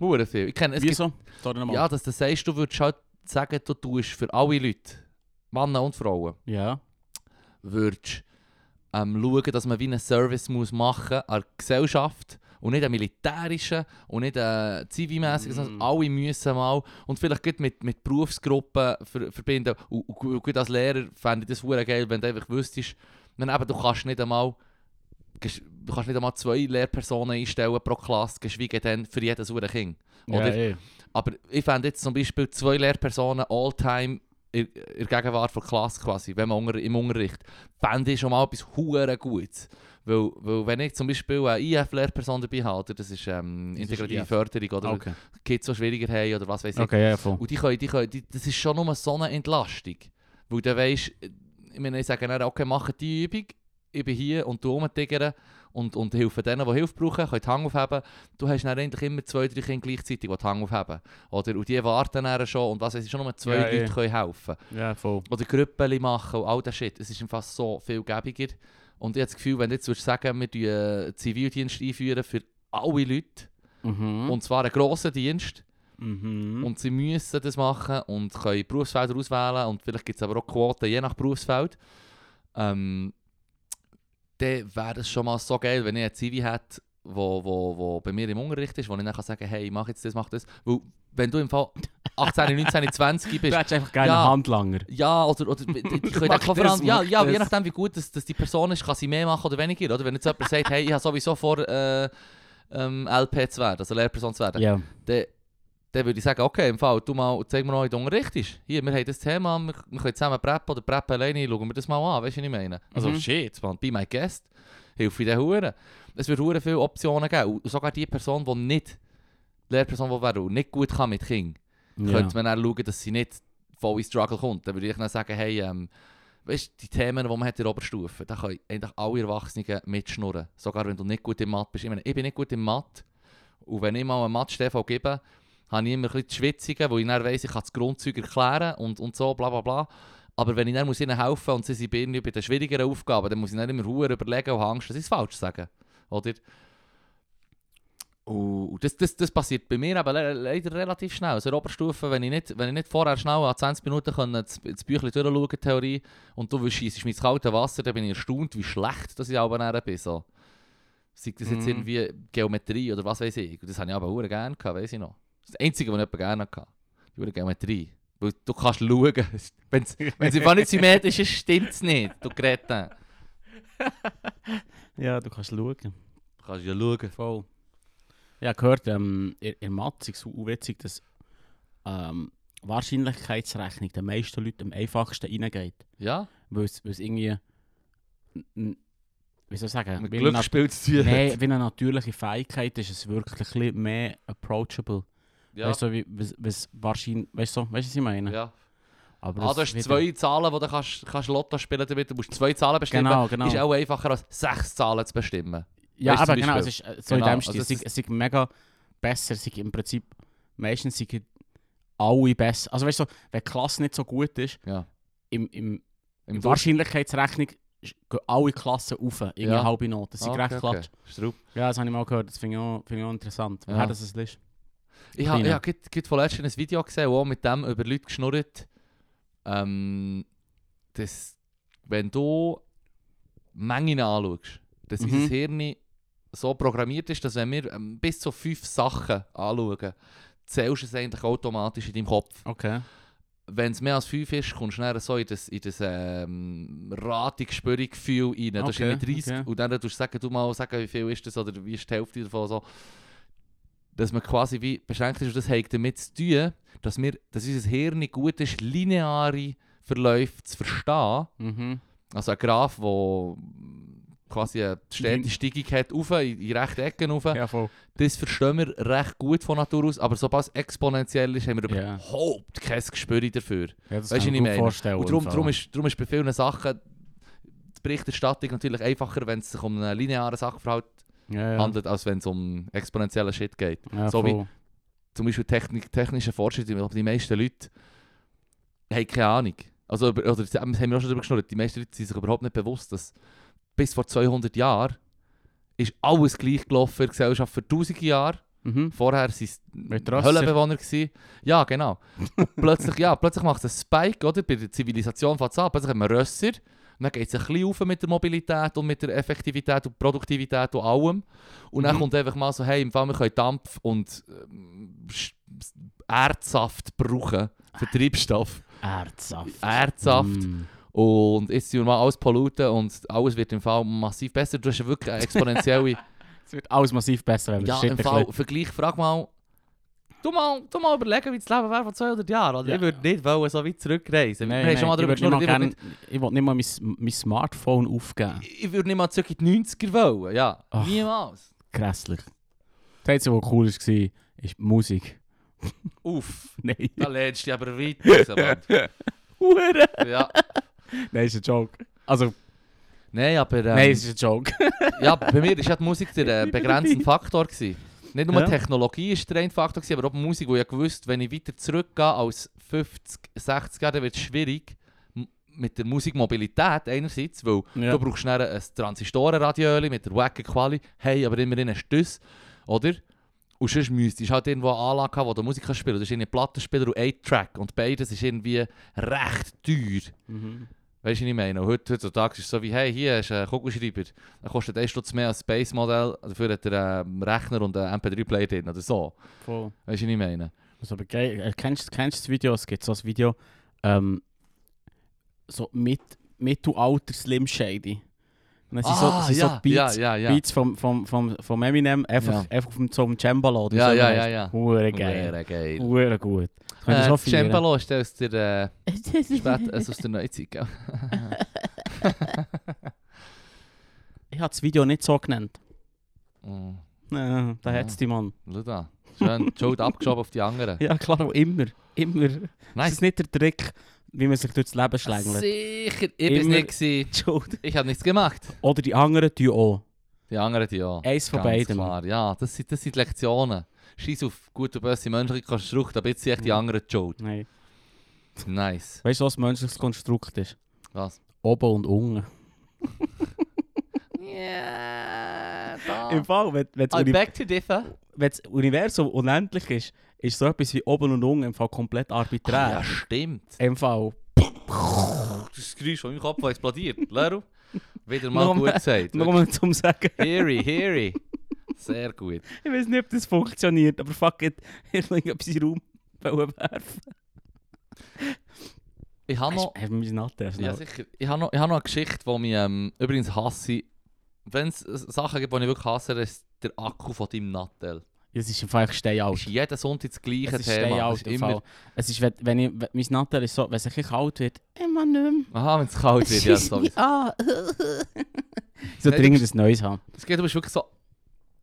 [SPEAKER 2] Hure viel. Ich kenne, es gibt,
[SPEAKER 1] Wieso? Sorry nochmal.
[SPEAKER 2] ja, dass du sagst, du würdest halt sagen, du tust für alle Leute, Männer und Frauen,
[SPEAKER 1] Ja.
[SPEAKER 2] würdest ähm, schauen, dass man wie einen Service muss machen an der Gesellschaft und nicht einen militärischen und nicht einen zivilmäßigen, sondern alle müssen mal und vielleicht gut mit, mit Berufsgruppen ver verbinden. Und, und, gu- gut als Lehrer fände ich das hure geil, wenn du einfach wüsstest, wenn eben, du kannst nicht einmal gesch- Du kannst nicht einmal zwei Lehrpersonen einstellen pro Klasse, geschweige denn für jedes hure Kind. Oder?
[SPEAKER 1] eh.
[SPEAKER 2] Aber ich fände jetzt zum Beispiel zwei Lehrpersonen all-time in, in der Gegenwart von Klasse quasi, wenn man unter, im Unterricht, fände ich schon mal etwas hure Gutes. Weil, weil wenn ich zum Beispiel eine IF-Lehrperson dabei habe, oder das ist ähm,
[SPEAKER 1] Das ist
[SPEAKER 2] integrative
[SPEAKER 1] IF.
[SPEAKER 2] Förderung oder
[SPEAKER 1] Okay.
[SPEAKER 2] Kids, die schwieriger haben oder was weiß ich.
[SPEAKER 1] Okay, ja, voll.
[SPEAKER 2] Und die können, die können, die, das ist schon nur so eine Entlastung. Weil dann weisst, ich meine, ich sage dann, okay, mach die Übung, ich bin hier und du rumtigern und, und helfe denen, die Hilfe brauchen, können die Hang aufheben. Du hast dann eigentlich immer zwei, drei Kinder gleichzeitig, die die Hang aufheben. Oder, und die warten dann schon und was weiß ich, schon nur zwei
[SPEAKER 1] Ja,
[SPEAKER 2] Leute
[SPEAKER 1] ja.
[SPEAKER 2] können helfen.
[SPEAKER 1] Ja, voll.
[SPEAKER 2] Oder Gruppen machen und all das Shit. Es ist einfach so viel gäbiger. Und ich habe das Gefühl, wenn du jetzt würdest sagen, wir tun, äh, Zivildienst einführen für alle Leute,
[SPEAKER 1] Mhm.
[SPEAKER 2] und zwar einen grossen Dienst,
[SPEAKER 1] mhm.
[SPEAKER 2] und sie müssen das machen und können Berufsfelder auswählen und vielleicht gibt es aber auch Quoten je nach Berufsfeld. Ähm, dann wäre es schon mal so geil, wenn ich einen Zivi hätte, wo, wo, wo bei mir im Unterricht ist, wo ich dann kann sagen hey, mach jetzt das, mach das. Weil wenn du im Fall 18, 19, 20
[SPEAKER 1] du
[SPEAKER 2] bist,
[SPEAKER 1] hättest einfach gerne
[SPEAKER 2] Ja.
[SPEAKER 1] einen Handlanger.
[SPEAKER 2] ja, oder, oder die, die die können
[SPEAKER 1] Mach
[SPEAKER 2] auch vor
[SPEAKER 1] das,
[SPEAKER 2] allem, ja,
[SPEAKER 1] mach
[SPEAKER 2] ja, je
[SPEAKER 1] das.
[SPEAKER 2] nachdem wie gut das, das die Person ist, kann sie mehr machen oder weniger. Oder? Wenn jetzt jemand sagt, hey, ich habe sowieso vor, äh, ähm, LP zu werden, also Lehrperson zu werden
[SPEAKER 1] Ja.
[SPEAKER 2] dann, dann würde ich sagen, okay, im Fall, du mal, zeig mir noch, wie du unterrichtest. Hier, wir haben das Thema, wir, wir können zusammen preppen oder preppen alleine, schauen wir das mal an, weißt du, was ich meine? Also
[SPEAKER 1] Mhm.
[SPEAKER 2] shit, man, be my guest, hilf ich den Huren. Es wird Huren viele Optionen geben. Und sogar die Person, die nicht Lehrperson will werden und nicht gut kann mit Kindern,
[SPEAKER 1] ja.
[SPEAKER 2] könnte man dann schauen, dass sie nicht voll in Struggle kommt. Dann würde ich dann sagen, hey, ähm, weißt du, die Themen, die man hat in der Oberstufe, da können eigentlich alle Erwachsenen mitschnurren. Sogar wenn du nicht gut im Mathe bist. Ich meine, ich bin nicht gut im Mathe. Und wenn ich mal einen Mathe-Stefan gebe, habe ich immer ein bisschen die Schwitzungen, weil ich dann weiss, ich kann das Grundzeug erklären und, und so, bla bla bla. Aber wenn ich dann muss ihnen helfen muss und sie sind bei irgendwie bei den schwierigeren Aufgaben, dann muss ich dann immer Huren überlegen und habe Angst, dass ich es falsch sage. Oder? Und das, das, das passiert bei mir aber le leider relativ schnell. Also in der Oberstufe, wenn ich nicht, wenn ich nicht vorher schnell an 20 Minuten können, das, das Büchlein durchschauen Theorie, und du schiessest mich ins kalte Wasser, dann bin ich erstaunt, wie schlecht dass ich auch näher bin. So. Sei das jetzt
[SPEAKER 1] Mhm.
[SPEAKER 2] irgendwie Geometrie oder was weiß ich. Und Das habe ich aber auch gerne gehabt, weiß ich noch. Das Einzige, was ich jemand gerne hatte. Die verdammte Geometrie. Weil du kannst schauen. Wenn's, wenn es einfach nicht symmetrisch ist, stimmt es nicht. Du Greta.
[SPEAKER 1] ja, du kannst schauen.
[SPEAKER 2] Du kannst ja schauen.
[SPEAKER 1] Voll. Ja, gehört, ähm, in, in Mathe ist es so witzig, dass ähm, Wahrscheinlichkeitsrechnung den meisten Leuten am einfachsten reingeht.
[SPEAKER 2] Ja?
[SPEAKER 1] Weil es weil es irgendwie. n- n- Wie soll ich sagen?
[SPEAKER 2] Mit
[SPEAKER 1] Weil
[SPEAKER 2] Glück
[SPEAKER 1] na-
[SPEAKER 2] spielt es dir.
[SPEAKER 1] Nein, wie eine natürliche Fähigkeit ist es wirklich ein bisschen mehr approachable.
[SPEAKER 2] Ja.
[SPEAKER 1] Weißt du, wie, was, was wahrscheinlich. Weißt du, weißt du, was ich meine?
[SPEAKER 2] ja.
[SPEAKER 1] Aber
[SPEAKER 2] Ah,
[SPEAKER 1] es
[SPEAKER 2] du hast
[SPEAKER 1] wieder-
[SPEAKER 2] zwei Zahlen, die du kannst, kannst Lotto spielen damit. Du musst zwei Zahlen bestimmen.
[SPEAKER 1] Genau, genau.
[SPEAKER 2] Ist auch einfacher als sechs Zahlen zu bestimmen.
[SPEAKER 1] Ja,
[SPEAKER 2] Weißt du,
[SPEAKER 1] aber
[SPEAKER 2] zum
[SPEAKER 1] genau, es ist
[SPEAKER 2] Beispiel?
[SPEAKER 1] äh, so
[SPEAKER 2] Genau,
[SPEAKER 1] in dem
[SPEAKER 2] also
[SPEAKER 1] Stil.
[SPEAKER 2] das
[SPEAKER 1] Es ist,
[SPEAKER 2] ist-
[SPEAKER 1] es ist mega besser, es ist im Prinzip meistens sind alle besser. Also weißt du, wenn die Klasse nicht so gut ist,
[SPEAKER 2] Ja.
[SPEAKER 1] im, im,
[SPEAKER 2] Im
[SPEAKER 1] Wahrscheinlichkeitsrechnung sch- gehen alle Klassen auf, irgendwie
[SPEAKER 2] Ja.
[SPEAKER 1] halbe Noten.
[SPEAKER 2] Ah,
[SPEAKER 1] Das sind recht klatsch.
[SPEAKER 2] Straub.
[SPEAKER 1] Ja, das habe ich mal gehört, das finde ich, auch- finde ich auch interessant,
[SPEAKER 2] Ja.
[SPEAKER 1] woher das es ist.
[SPEAKER 2] Ich habe
[SPEAKER 1] Kleiner.
[SPEAKER 2] ja, vorletzt ein Video gesehen, wo auch mit dem über Leute geschnurrt. Ähm, das, wenn du Mengen anschaust, dass
[SPEAKER 1] Mhm.
[SPEAKER 2] unser Hirn so programmiert ist, dass wenn wir ähm, bis zu fünf Sachen anschauen, zählst du es eigentlich automatisch in deinem Kopf.
[SPEAKER 1] Okay.
[SPEAKER 2] Wenn es mehr als fünf ist, kommst du dann so in das, in das ähm, Ratig-Spürung-Gefühl rein. Das ist
[SPEAKER 1] Okay,
[SPEAKER 2] irgendwie 30
[SPEAKER 1] okay.
[SPEAKER 2] und dann tust du sagen, du mal sagen, wie viel ist das oder wie ist die Hälfte davon so. Dass man quasi wie beschränkt ist und das hat damit zu tun, dass, wir, dass unser Hirn gut ist, lineare Verläufe zu verstehen.
[SPEAKER 1] Mhm.
[SPEAKER 2] Also ein Graph, der quasi eine stete
[SPEAKER 1] Lin-
[SPEAKER 2] Steigung hat, rauf, in, in rechte Ecken rauf.
[SPEAKER 1] Mhm. Ja, voll.
[SPEAKER 2] Das verstehen wir recht gut von Natur aus, aber sobald es exponentiell ist, haben wir
[SPEAKER 1] Ja.
[SPEAKER 2] überhaupt kein Gespür dafür.
[SPEAKER 1] Ja, das
[SPEAKER 2] Weißt du, was
[SPEAKER 1] kann ich
[SPEAKER 2] ich
[SPEAKER 1] mir gut
[SPEAKER 2] meine?
[SPEAKER 1] vorstellen.
[SPEAKER 2] Und darum, darum, ist, darum ist bei vielen Sachen die Berichterstattung natürlich einfacher, wenn es sich um einen linearen Sachverhalt
[SPEAKER 1] ja, ja.
[SPEAKER 2] handelt, als wenn es um exponentiellen Shit geht.
[SPEAKER 1] ja,
[SPEAKER 2] so wie-
[SPEAKER 1] voll.
[SPEAKER 2] Zum Beispiel technik, technische Fortschritte, ich glaube, die meisten Leute haben keine Ahnung. Also, über- oder das haben wir auch schon darüber geschnurrt, die meisten Leute sind sich überhaupt nicht bewusst, dass bis vor 200 Jahren ist alles gleich gelaufen in der Gesellschaft für tausende Jahre.
[SPEAKER 1] Mhm.
[SPEAKER 2] Vorher waren
[SPEAKER 1] Mit
[SPEAKER 2] es
[SPEAKER 1] Rasser.
[SPEAKER 2] Höllenbewohner. Gewesen. Ja, genau. Und plötzlich, ja, plötzlich macht es einen Spike, oder? Bei der Zivilisation fängt es an. Plötzlich haben wir Rösser. Und dann geht es ein bisschen rauf mit der Mobilität und mit der Effektivität und Produktivität und allem. Und dann
[SPEAKER 1] Mhm.
[SPEAKER 2] kommt einfach mal so, hey, im Fall, wir können Dampf und ähm, Sch- Erdsaft brauchen für Treibstoff.
[SPEAKER 1] Erdsaft.
[SPEAKER 2] Erdsaft.
[SPEAKER 1] Mm.
[SPEAKER 2] Und jetzt sind wir mal alles polluten und alles wird im Fall massiv besser. Du hast ja wirklich eine exponentielle...
[SPEAKER 1] Es wird alles massiv besser, wenn wir
[SPEAKER 2] Ja,
[SPEAKER 1] Shit
[SPEAKER 2] im
[SPEAKER 1] ein
[SPEAKER 2] Fall,
[SPEAKER 1] bisschen-
[SPEAKER 2] Vergleich, frag mal Du mal, du mal überlegen, wie das Leben wäre vor 200 Jahren. Oder?
[SPEAKER 1] Ja.
[SPEAKER 2] Ich würde nicht wollen, so weit zurückreisen. Wir haben
[SPEAKER 1] Nein, nein,
[SPEAKER 2] schon mal
[SPEAKER 1] ich
[SPEAKER 2] darüber
[SPEAKER 1] würd nicht mal
[SPEAKER 2] geschnurrt, ich würde
[SPEAKER 1] gern- Ich will nicht mal mein, mein Smartphone aufgeben.
[SPEAKER 2] nicht- Ich würde nicht mal zurück in die 90er wollen. Ja.
[SPEAKER 1] Ach.
[SPEAKER 2] Niemals.
[SPEAKER 1] Grässlich. Das Einzige, was cool war, ist die Musik.
[SPEAKER 2] Uff.
[SPEAKER 1] Nein.
[SPEAKER 2] Da lädst du dich aber weit raus, Mann.
[SPEAKER 1] Hure.
[SPEAKER 2] Ja.
[SPEAKER 1] Nein, ist ein Joke. Also,
[SPEAKER 2] Nein, aber... Ähm,
[SPEAKER 1] nein, es ist ein Joke.
[SPEAKER 2] ja, bei mir war ja die Musik der äh,
[SPEAKER 1] Ich bin
[SPEAKER 2] begrenzende Faktor. Gewesen. Nicht nur
[SPEAKER 1] Ja.
[SPEAKER 2] Technologie war der eine Faktor, gewesen, aber auch die Musik, wo ich gewusst wenn ich weiter zurückgehe als 50, 60 Jahre, dann wird es schwierig m- mit der Musikmobilität einerseits, weil
[SPEAKER 1] Ja.
[SPEAKER 2] du brauchst dann ein Transistorenradio mit der wacken Quali, hey, aber immerhin hast du das, oder? Und sonst müsstest du halt irgendwo eine Anlage haben, wo du Musik kannst spielen kannst. Das ist irgendwie ein Plattenspieler und ein Track und beides ist irgendwie recht teuer.
[SPEAKER 1] Mhm,
[SPEAKER 2] Weißt du, was ich meine? Und Heute, heutzutage ist es so wie, hey, hier ist ein Kugelschreiber. Er kostet 1 Stutz mehr als Space Modell. Dafür hat er einen Rechner und einen MP3-Player drin oder so.
[SPEAKER 1] Voll.
[SPEAKER 2] Weißt du, was ich meine?
[SPEAKER 1] Also, aber geil. Äh, Kennst, kennst du das Video? Es gibt so ein Video, ähm, so mit, Mittelalter Slim Shady. Und es sind so, es sind so Beats,
[SPEAKER 2] Ah, ja, ja, ja.
[SPEAKER 1] Beats vom, vom, vom, vom Eminem, einfach,
[SPEAKER 2] Ja.
[SPEAKER 1] einfach auf dem, so auf dem Cembalo. oder
[SPEAKER 2] Ja,
[SPEAKER 1] so,
[SPEAKER 2] ja,
[SPEAKER 1] weißt
[SPEAKER 2] ja,
[SPEAKER 1] du?
[SPEAKER 2] ja.
[SPEAKER 1] Hure geil.
[SPEAKER 2] Sehr geil.
[SPEAKER 1] Hure gut. Das könnt ihr
[SPEAKER 2] Äh,
[SPEAKER 1] so
[SPEAKER 2] das
[SPEAKER 1] feiern.
[SPEAKER 2] Cembalo ist der aus der, äh, Spät, also aus der Neuzeit, gell?
[SPEAKER 1] Ich habe das Video nicht so genannt.
[SPEAKER 2] Mm,
[SPEAKER 1] Äh,
[SPEAKER 2] Ja.
[SPEAKER 1] da hat es die Mann.
[SPEAKER 2] Schau da. Schön, die Schuld abgeschoben auf die anderen.
[SPEAKER 1] Ja, klar, auch immer. Immer. Das
[SPEAKER 2] Nice.
[SPEAKER 1] ist nicht der Trick, wie man sich durchs Leben schlängelt.
[SPEAKER 2] Sicher, ich bin's
[SPEAKER 1] Immer-
[SPEAKER 2] nicht gewesen.
[SPEAKER 1] Entschuldigung.
[SPEAKER 2] Ich habe nichts gemacht.
[SPEAKER 1] Oder die anderen tun auch.
[SPEAKER 2] Die anderen, die ja.
[SPEAKER 1] Eins von
[SPEAKER 2] Ganz
[SPEAKER 1] beiden.
[SPEAKER 2] Klar. Ja, das sind, das sind die Lektionen. Scheiß auf gut und böse menschliche Konstrukte, aber jetzt sehe
[SPEAKER 1] Mhm.
[SPEAKER 2] ich die anderen die schuld.
[SPEAKER 1] Nein.
[SPEAKER 2] Nice.
[SPEAKER 1] Weißt du, was ein menschliches Konstrukt ist?
[SPEAKER 2] Was?
[SPEAKER 1] Oben und unten.
[SPEAKER 2] Yeah,
[SPEAKER 1] Im Fall, wenn, wenn, das
[SPEAKER 2] I
[SPEAKER 1] Uni
[SPEAKER 2] beg to differ.
[SPEAKER 1] wenn das Universum unendlich ist, ist so etwas wie oben und unten im Fall komplett
[SPEAKER 2] Ah, Ja,
[SPEAKER 1] arbiträr.
[SPEAKER 2] stimmt.
[SPEAKER 1] Im Fall.
[SPEAKER 2] Das Geräusch von meinem Kopf das explodiert. Leru, wieder mal
[SPEAKER 1] Nochmal-
[SPEAKER 2] gut gesagt.
[SPEAKER 1] Nur mal zum Sagen.
[SPEAKER 2] Heary, heary. Sehr gut.
[SPEAKER 1] Ich weiß nicht, ob das funktioniert, aber fuck it. Ich will etwas in den Raum wollen werfen.
[SPEAKER 2] Ich habe noch,
[SPEAKER 1] Hast du meine Natte erst
[SPEAKER 2] ja,
[SPEAKER 1] noch?
[SPEAKER 2] sicher. Ich habe noch, ich habe noch eine Geschichte, die mich ähm, übrigens hasse. Wenn es äh, Sachen gibt, die ich wirklich hasse, dann ist der Akku von deinem Nattel.
[SPEAKER 1] Es ist im Fall echt steinalt.
[SPEAKER 2] Ist jeden Sonntag das gleiche
[SPEAKER 1] Es ist
[SPEAKER 2] Thema. Das
[SPEAKER 1] steinalt
[SPEAKER 2] ist
[SPEAKER 1] im
[SPEAKER 2] immer
[SPEAKER 1] Fall. Es ist, wenn, wenn ich, wenn, mein Nattel ist so, wenn es ein bisschen kalt wird, immer nicht mehr.
[SPEAKER 2] Aha, wenn es kalt wird, ja, sorry.
[SPEAKER 1] Ah. so dringend ein Neues haben.
[SPEAKER 2] Es geht, du bist wirklich so,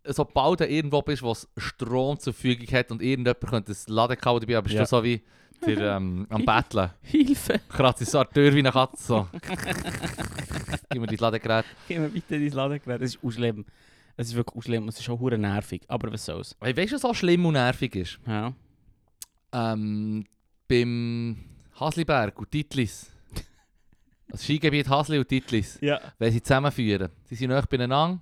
[SPEAKER 2] sobald du irgendwo bist, wo es Strom zur Verfügung hat und irgendjemand könnte das Ladekabel dabei haben, bist
[SPEAKER 1] Ja.
[SPEAKER 2] du so wie der, ähm, am Betteln.
[SPEAKER 1] Hilfe!
[SPEAKER 2] Kratzt so an die Tür wie eine Katze. So. Gib mir dein Ladegerät.
[SPEAKER 1] Gib mir bitte dein Ladegerät. Es ist unschlimm. Es ist wirklich unschlimm. Es ist auch hure nervig. Aber was soll's.
[SPEAKER 2] Hey, weißt du, was so schlimm und nervig ist?
[SPEAKER 1] Ja.
[SPEAKER 2] Ähm, beim Hasliberg und Titlis. Das Skigebiet Hasli und Titlis.
[SPEAKER 1] Ja.
[SPEAKER 2] wollen sie zusammenführen. Sie sind nahe beieinander.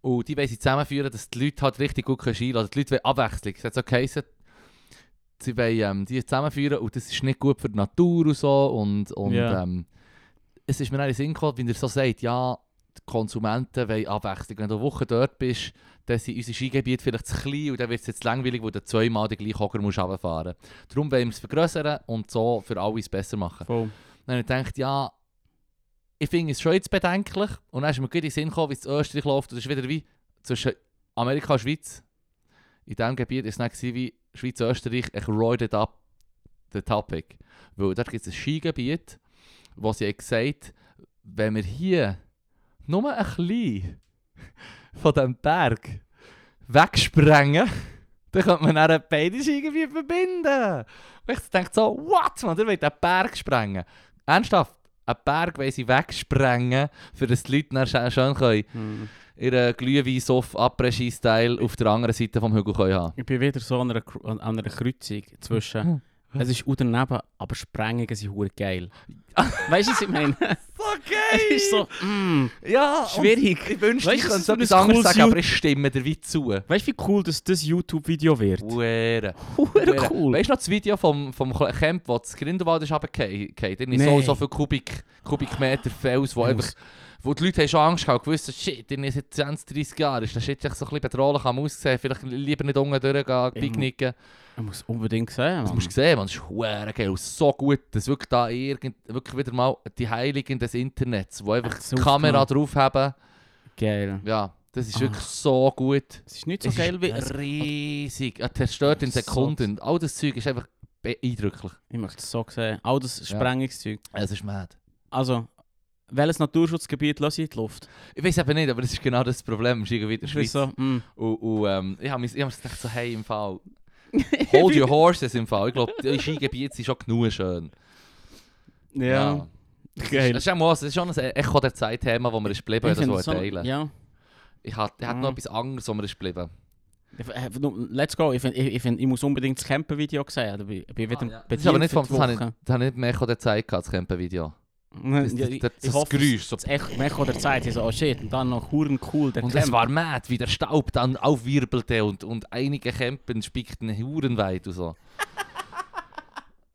[SPEAKER 2] Und die wollen sie zusammenführen, dass die Leute halt richtig gut Ski lassen können. Die Leute wollen Abwechslung. Es hat so geheißen, sie wollen ähm, die zusammenführen und das ist nicht gut für die Natur und so. Und, und
[SPEAKER 1] Ja.
[SPEAKER 2] ähm, es ist mir dann in den Sinn gekommen, wenn ihr so sagt, ja, die Konsumenten wollen Abwechslung. Wenn du eine Woche dort bist, dann sind unsere Skigebiete vielleicht zu klein und dann wird es jetzt langweilig, weil du zweimal den gleichen Hocker musst runterfahren musst. Darum wollen wir es vergrößern und so für alles besser machen.
[SPEAKER 1] Voll.
[SPEAKER 2] Dann habe ich gedacht, ja, ich finde es schon jetzt bedenklich. Und dann ist mir gut in den Sinn gekommen, wie es in Österreich läuft. Und das ist wieder wie zwischen Amerika und Schweiz. In diesem Gebiet war es dann gewesen wie Schweiz-Österreich, ich roided up the topic. Weil dort gibt es ein Skigebiet, wo sie haben gesagt wenn wir hier nur ein klein von diesem Berg wegsprengen, dann könnte man dann beide Skigebiete verbinden. Und ich denke so, what, man, der will den Berg sprengen. Ernsthaft, einen Berg wollen sie wegsprengen, für das die Leute dann schön- schön können
[SPEAKER 1] Hm.
[SPEAKER 2] ihren Glühwein-Soff, Après-Ski-Style auf der anderen Seite vom Hügel können haben
[SPEAKER 1] Ich bin wieder so an einer, Kru- an an einer Kreuzung zwischen. Es ist unten daneben, aber Sprengungen sind hure geil. weißt du, was ich meine?
[SPEAKER 2] So
[SPEAKER 1] Es ist so. Mm,
[SPEAKER 2] ja, und
[SPEAKER 1] schwierig.
[SPEAKER 2] Ich wünschte,
[SPEAKER 1] Weißt
[SPEAKER 2] ich
[SPEAKER 1] du,
[SPEAKER 2] könnte
[SPEAKER 1] so
[SPEAKER 2] so
[SPEAKER 1] ein
[SPEAKER 2] etwas anderes
[SPEAKER 1] cooles
[SPEAKER 2] sagen,
[SPEAKER 1] Ju-
[SPEAKER 2] aber ich stimme dir wie zu.
[SPEAKER 1] Weißt du, wie cool dass das YouTube-Video wird?
[SPEAKER 2] Huere.
[SPEAKER 1] Hure cool.
[SPEAKER 2] Weißt du noch das Video vom, vom Camp, wo das Grindelwald ist runtergefallen? Irgendwie so,
[SPEAKER 1] Nein.
[SPEAKER 2] so viel Kubik, Kubikmeter Fels, wo,
[SPEAKER 1] Jungs.
[SPEAKER 2] einfach, wo die Leute haben schon Angst gehabt, gewusst, shit, in seit 20, 30 Jahren ist der Shit echt so ein bisschen bedrohlich am Aussehen, vielleicht lieber nicht unten durchgehen, picknicken.
[SPEAKER 1] Ich muss unbedingt sehen.
[SPEAKER 2] Das
[SPEAKER 1] Mann.
[SPEAKER 2] musst du sehen, man, das ist huere geil, und so gut, dass wirklich da irgend, wirklich wieder mal die Heiligen des Internets, die einfach
[SPEAKER 1] Echt
[SPEAKER 2] die
[SPEAKER 1] so
[SPEAKER 2] Kamera
[SPEAKER 1] aufgenommen.
[SPEAKER 2] drauf haben,
[SPEAKER 1] Geil.
[SPEAKER 2] ja, Das ist wirklich so gut.
[SPEAKER 1] Es ist nicht Ah. so
[SPEAKER 2] Es
[SPEAKER 1] geil
[SPEAKER 2] ist
[SPEAKER 1] wie...
[SPEAKER 2] riesig. Er zerstört in
[SPEAKER 1] So-
[SPEAKER 2] Sekunden. All das Zeug ist einfach beeindrucklich.
[SPEAKER 1] Ich möchte es so sehen. All das
[SPEAKER 2] Ja.
[SPEAKER 1] Sprengungszeug.
[SPEAKER 2] Es ist mad.
[SPEAKER 1] Also, welches Naturschutzgebiet lasse ich in die Luft?
[SPEAKER 2] Ich weiß eben nicht, aber das ist genau das Problem im Skigebiet der
[SPEAKER 1] Ich bin
[SPEAKER 2] Schweiz.
[SPEAKER 1] so, mm.
[SPEAKER 2] Und, und ähm, ich habe mir ich hab mir gedacht, so, hey, im Fall. Hold your horses im Fall. Ich glaube, die Skigebiete sind schon genug schön.
[SPEAKER 1] Ja,
[SPEAKER 2] Das
[SPEAKER 1] geil.
[SPEAKER 2] ist, auch mal- das ist schon ein Echo der Zeit Thema, wo wir ist geblieben, das
[SPEAKER 1] find
[SPEAKER 2] wollte
[SPEAKER 1] so-
[SPEAKER 2] teilen.
[SPEAKER 1] Ja.
[SPEAKER 2] Ich hatte ich hatte
[SPEAKER 1] Mhm.
[SPEAKER 2] noch etwas anderes, wo wir ist geblieben.
[SPEAKER 1] Ich- äh, Let's go. Ich, find, ich, ich, find, ich muss unbedingt das Camper-Video sehen. Ich bin, ich bin wieder
[SPEAKER 2] Ah, ja.
[SPEAKER 1] im
[SPEAKER 2] Das ist aber nicht vom,
[SPEAKER 1] Bedien für
[SPEAKER 2] das
[SPEAKER 1] die
[SPEAKER 2] habe ich,
[SPEAKER 1] Woche.
[SPEAKER 2] das habe ich nicht mehr Echo der Zeit gehabt, das Campen-Video.
[SPEAKER 1] Ja,
[SPEAKER 2] Das, das,
[SPEAKER 1] ich-
[SPEAKER 2] das,
[SPEAKER 1] ich
[SPEAKER 2] das
[SPEAKER 1] hoffe,
[SPEAKER 2] Geräusch, so
[SPEAKER 1] Das echt Mecho der Zeit. Ich so, oh shit, und dann noch Huren cool. Der
[SPEAKER 2] Und
[SPEAKER 1] Camp.
[SPEAKER 2] es war mad, wie der Staub dann aufwirbelte und, und einige Campen spickten hurenweit und so.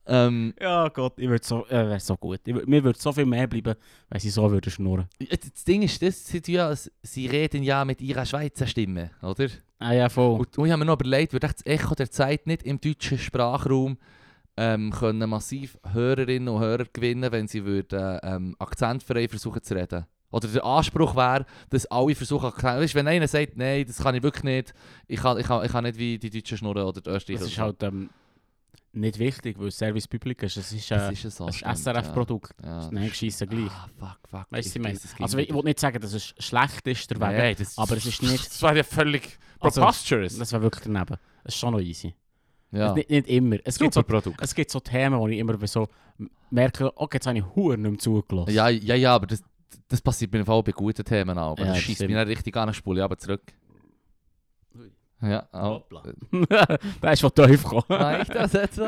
[SPEAKER 2] ähm,
[SPEAKER 1] Ja Gott, ich würde so, äh, wär so gut. Ich, würd- mir würde so viel mehr bleiben, wenn sie so würde schnurren.
[SPEAKER 2] das Ding ist, das, sie, tun ja, sie reden ja mit ihrer Schweizer Stimme, oder?
[SPEAKER 1] Ah ja, voll.
[SPEAKER 2] Und, und ich habe mir noch überlegt, würde ich das Echo der Zeit nicht im deutschen Sprachraum ähm, können massiv Hörerinnen und Hörer gewinnen, wenn sie würden, ähm, akzentfrei versuchen zu reden. Oder der Anspruch wäre, dass alle versuchen, akzent- Weisst, wenn einer sagt, nein, das kann ich wirklich nicht, ich kann, ich kann, ich kann nicht wie die Deutschen schnurren oder die Österreicher.
[SPEAKER 1] Das ist
[SPEAKER 2] oder so.
[SPEAKER 1] halt ähm, nicht wichtig, weil es Service Public ist. Es ist, äh,
[SPEAKER 2] Das ist so.
[SPEAKER 1] ein
[SPEAKER 2] stimmt,
[SPEAKER 1] SRF-Produkt.
[SPEAKER 2] Ja. Ja,
[SPEAKER 1] Nein,
[SPEAKER 2] das
[SPEAKER 1] schiessen
[SPEAKER 2] ist-
[SPEAKER 1] gleich.
[SPEAKER 2] Ah, fuck, fuck.
[SPEAKER 1] Weißt du, was ich meine?
[SPEAKER 2] weiss, es ging
[SPEAKER 1] Also, ich
[SPEAKER 2] nicht.
[SPEAKER 1] will nicht sagen, dass es schlecht ist, der Weg.
[SPEAKER 2] Nein, das-
[SPEAKER 1] aber es ist nicht-
[SPEAKER 2] Das war ja völlig
[SPEAKER 1] Also,
[SPEAKER 2] preposterous.
[SPEAKER 1] Das wäre wirklich daneben. Es ist schon noch easy.
[SPEAKER 2] ja.
[SPEAKER 1] Es, nicht, nicht immer. Es gibt, so,
[SPEAKER 2] Produkt.
[SPEAKER 1] es gibt so Themen, wo ich immer wie so merke, okay, jetzt habe ich Huren nicht mehr zugelassen.
[SPEAKER 2] Ja, ja, ja, aber das, das passiert mir im Fall bei guten Themen auch. Aber
[SPEAKER 1] Ja,
[SPEAKER 2] das
[SPEAKER 1] das
[SPEAKER 2] schießt
[SPEAKER 1] stimmt.
[SPEAKER 2] mich dann richtig an, spule ich aber zurück.
[SPEAKER 1] Ui. Oh.
[SPEAKER 2] Ja, auch.
[SPEAKER 1] Hoppla.
[SPEAKER 2] oh.
[SPEAKER 1] da ist von Teufel gekommen.
[SPEAKER 2] Nein, ich das jetzt so.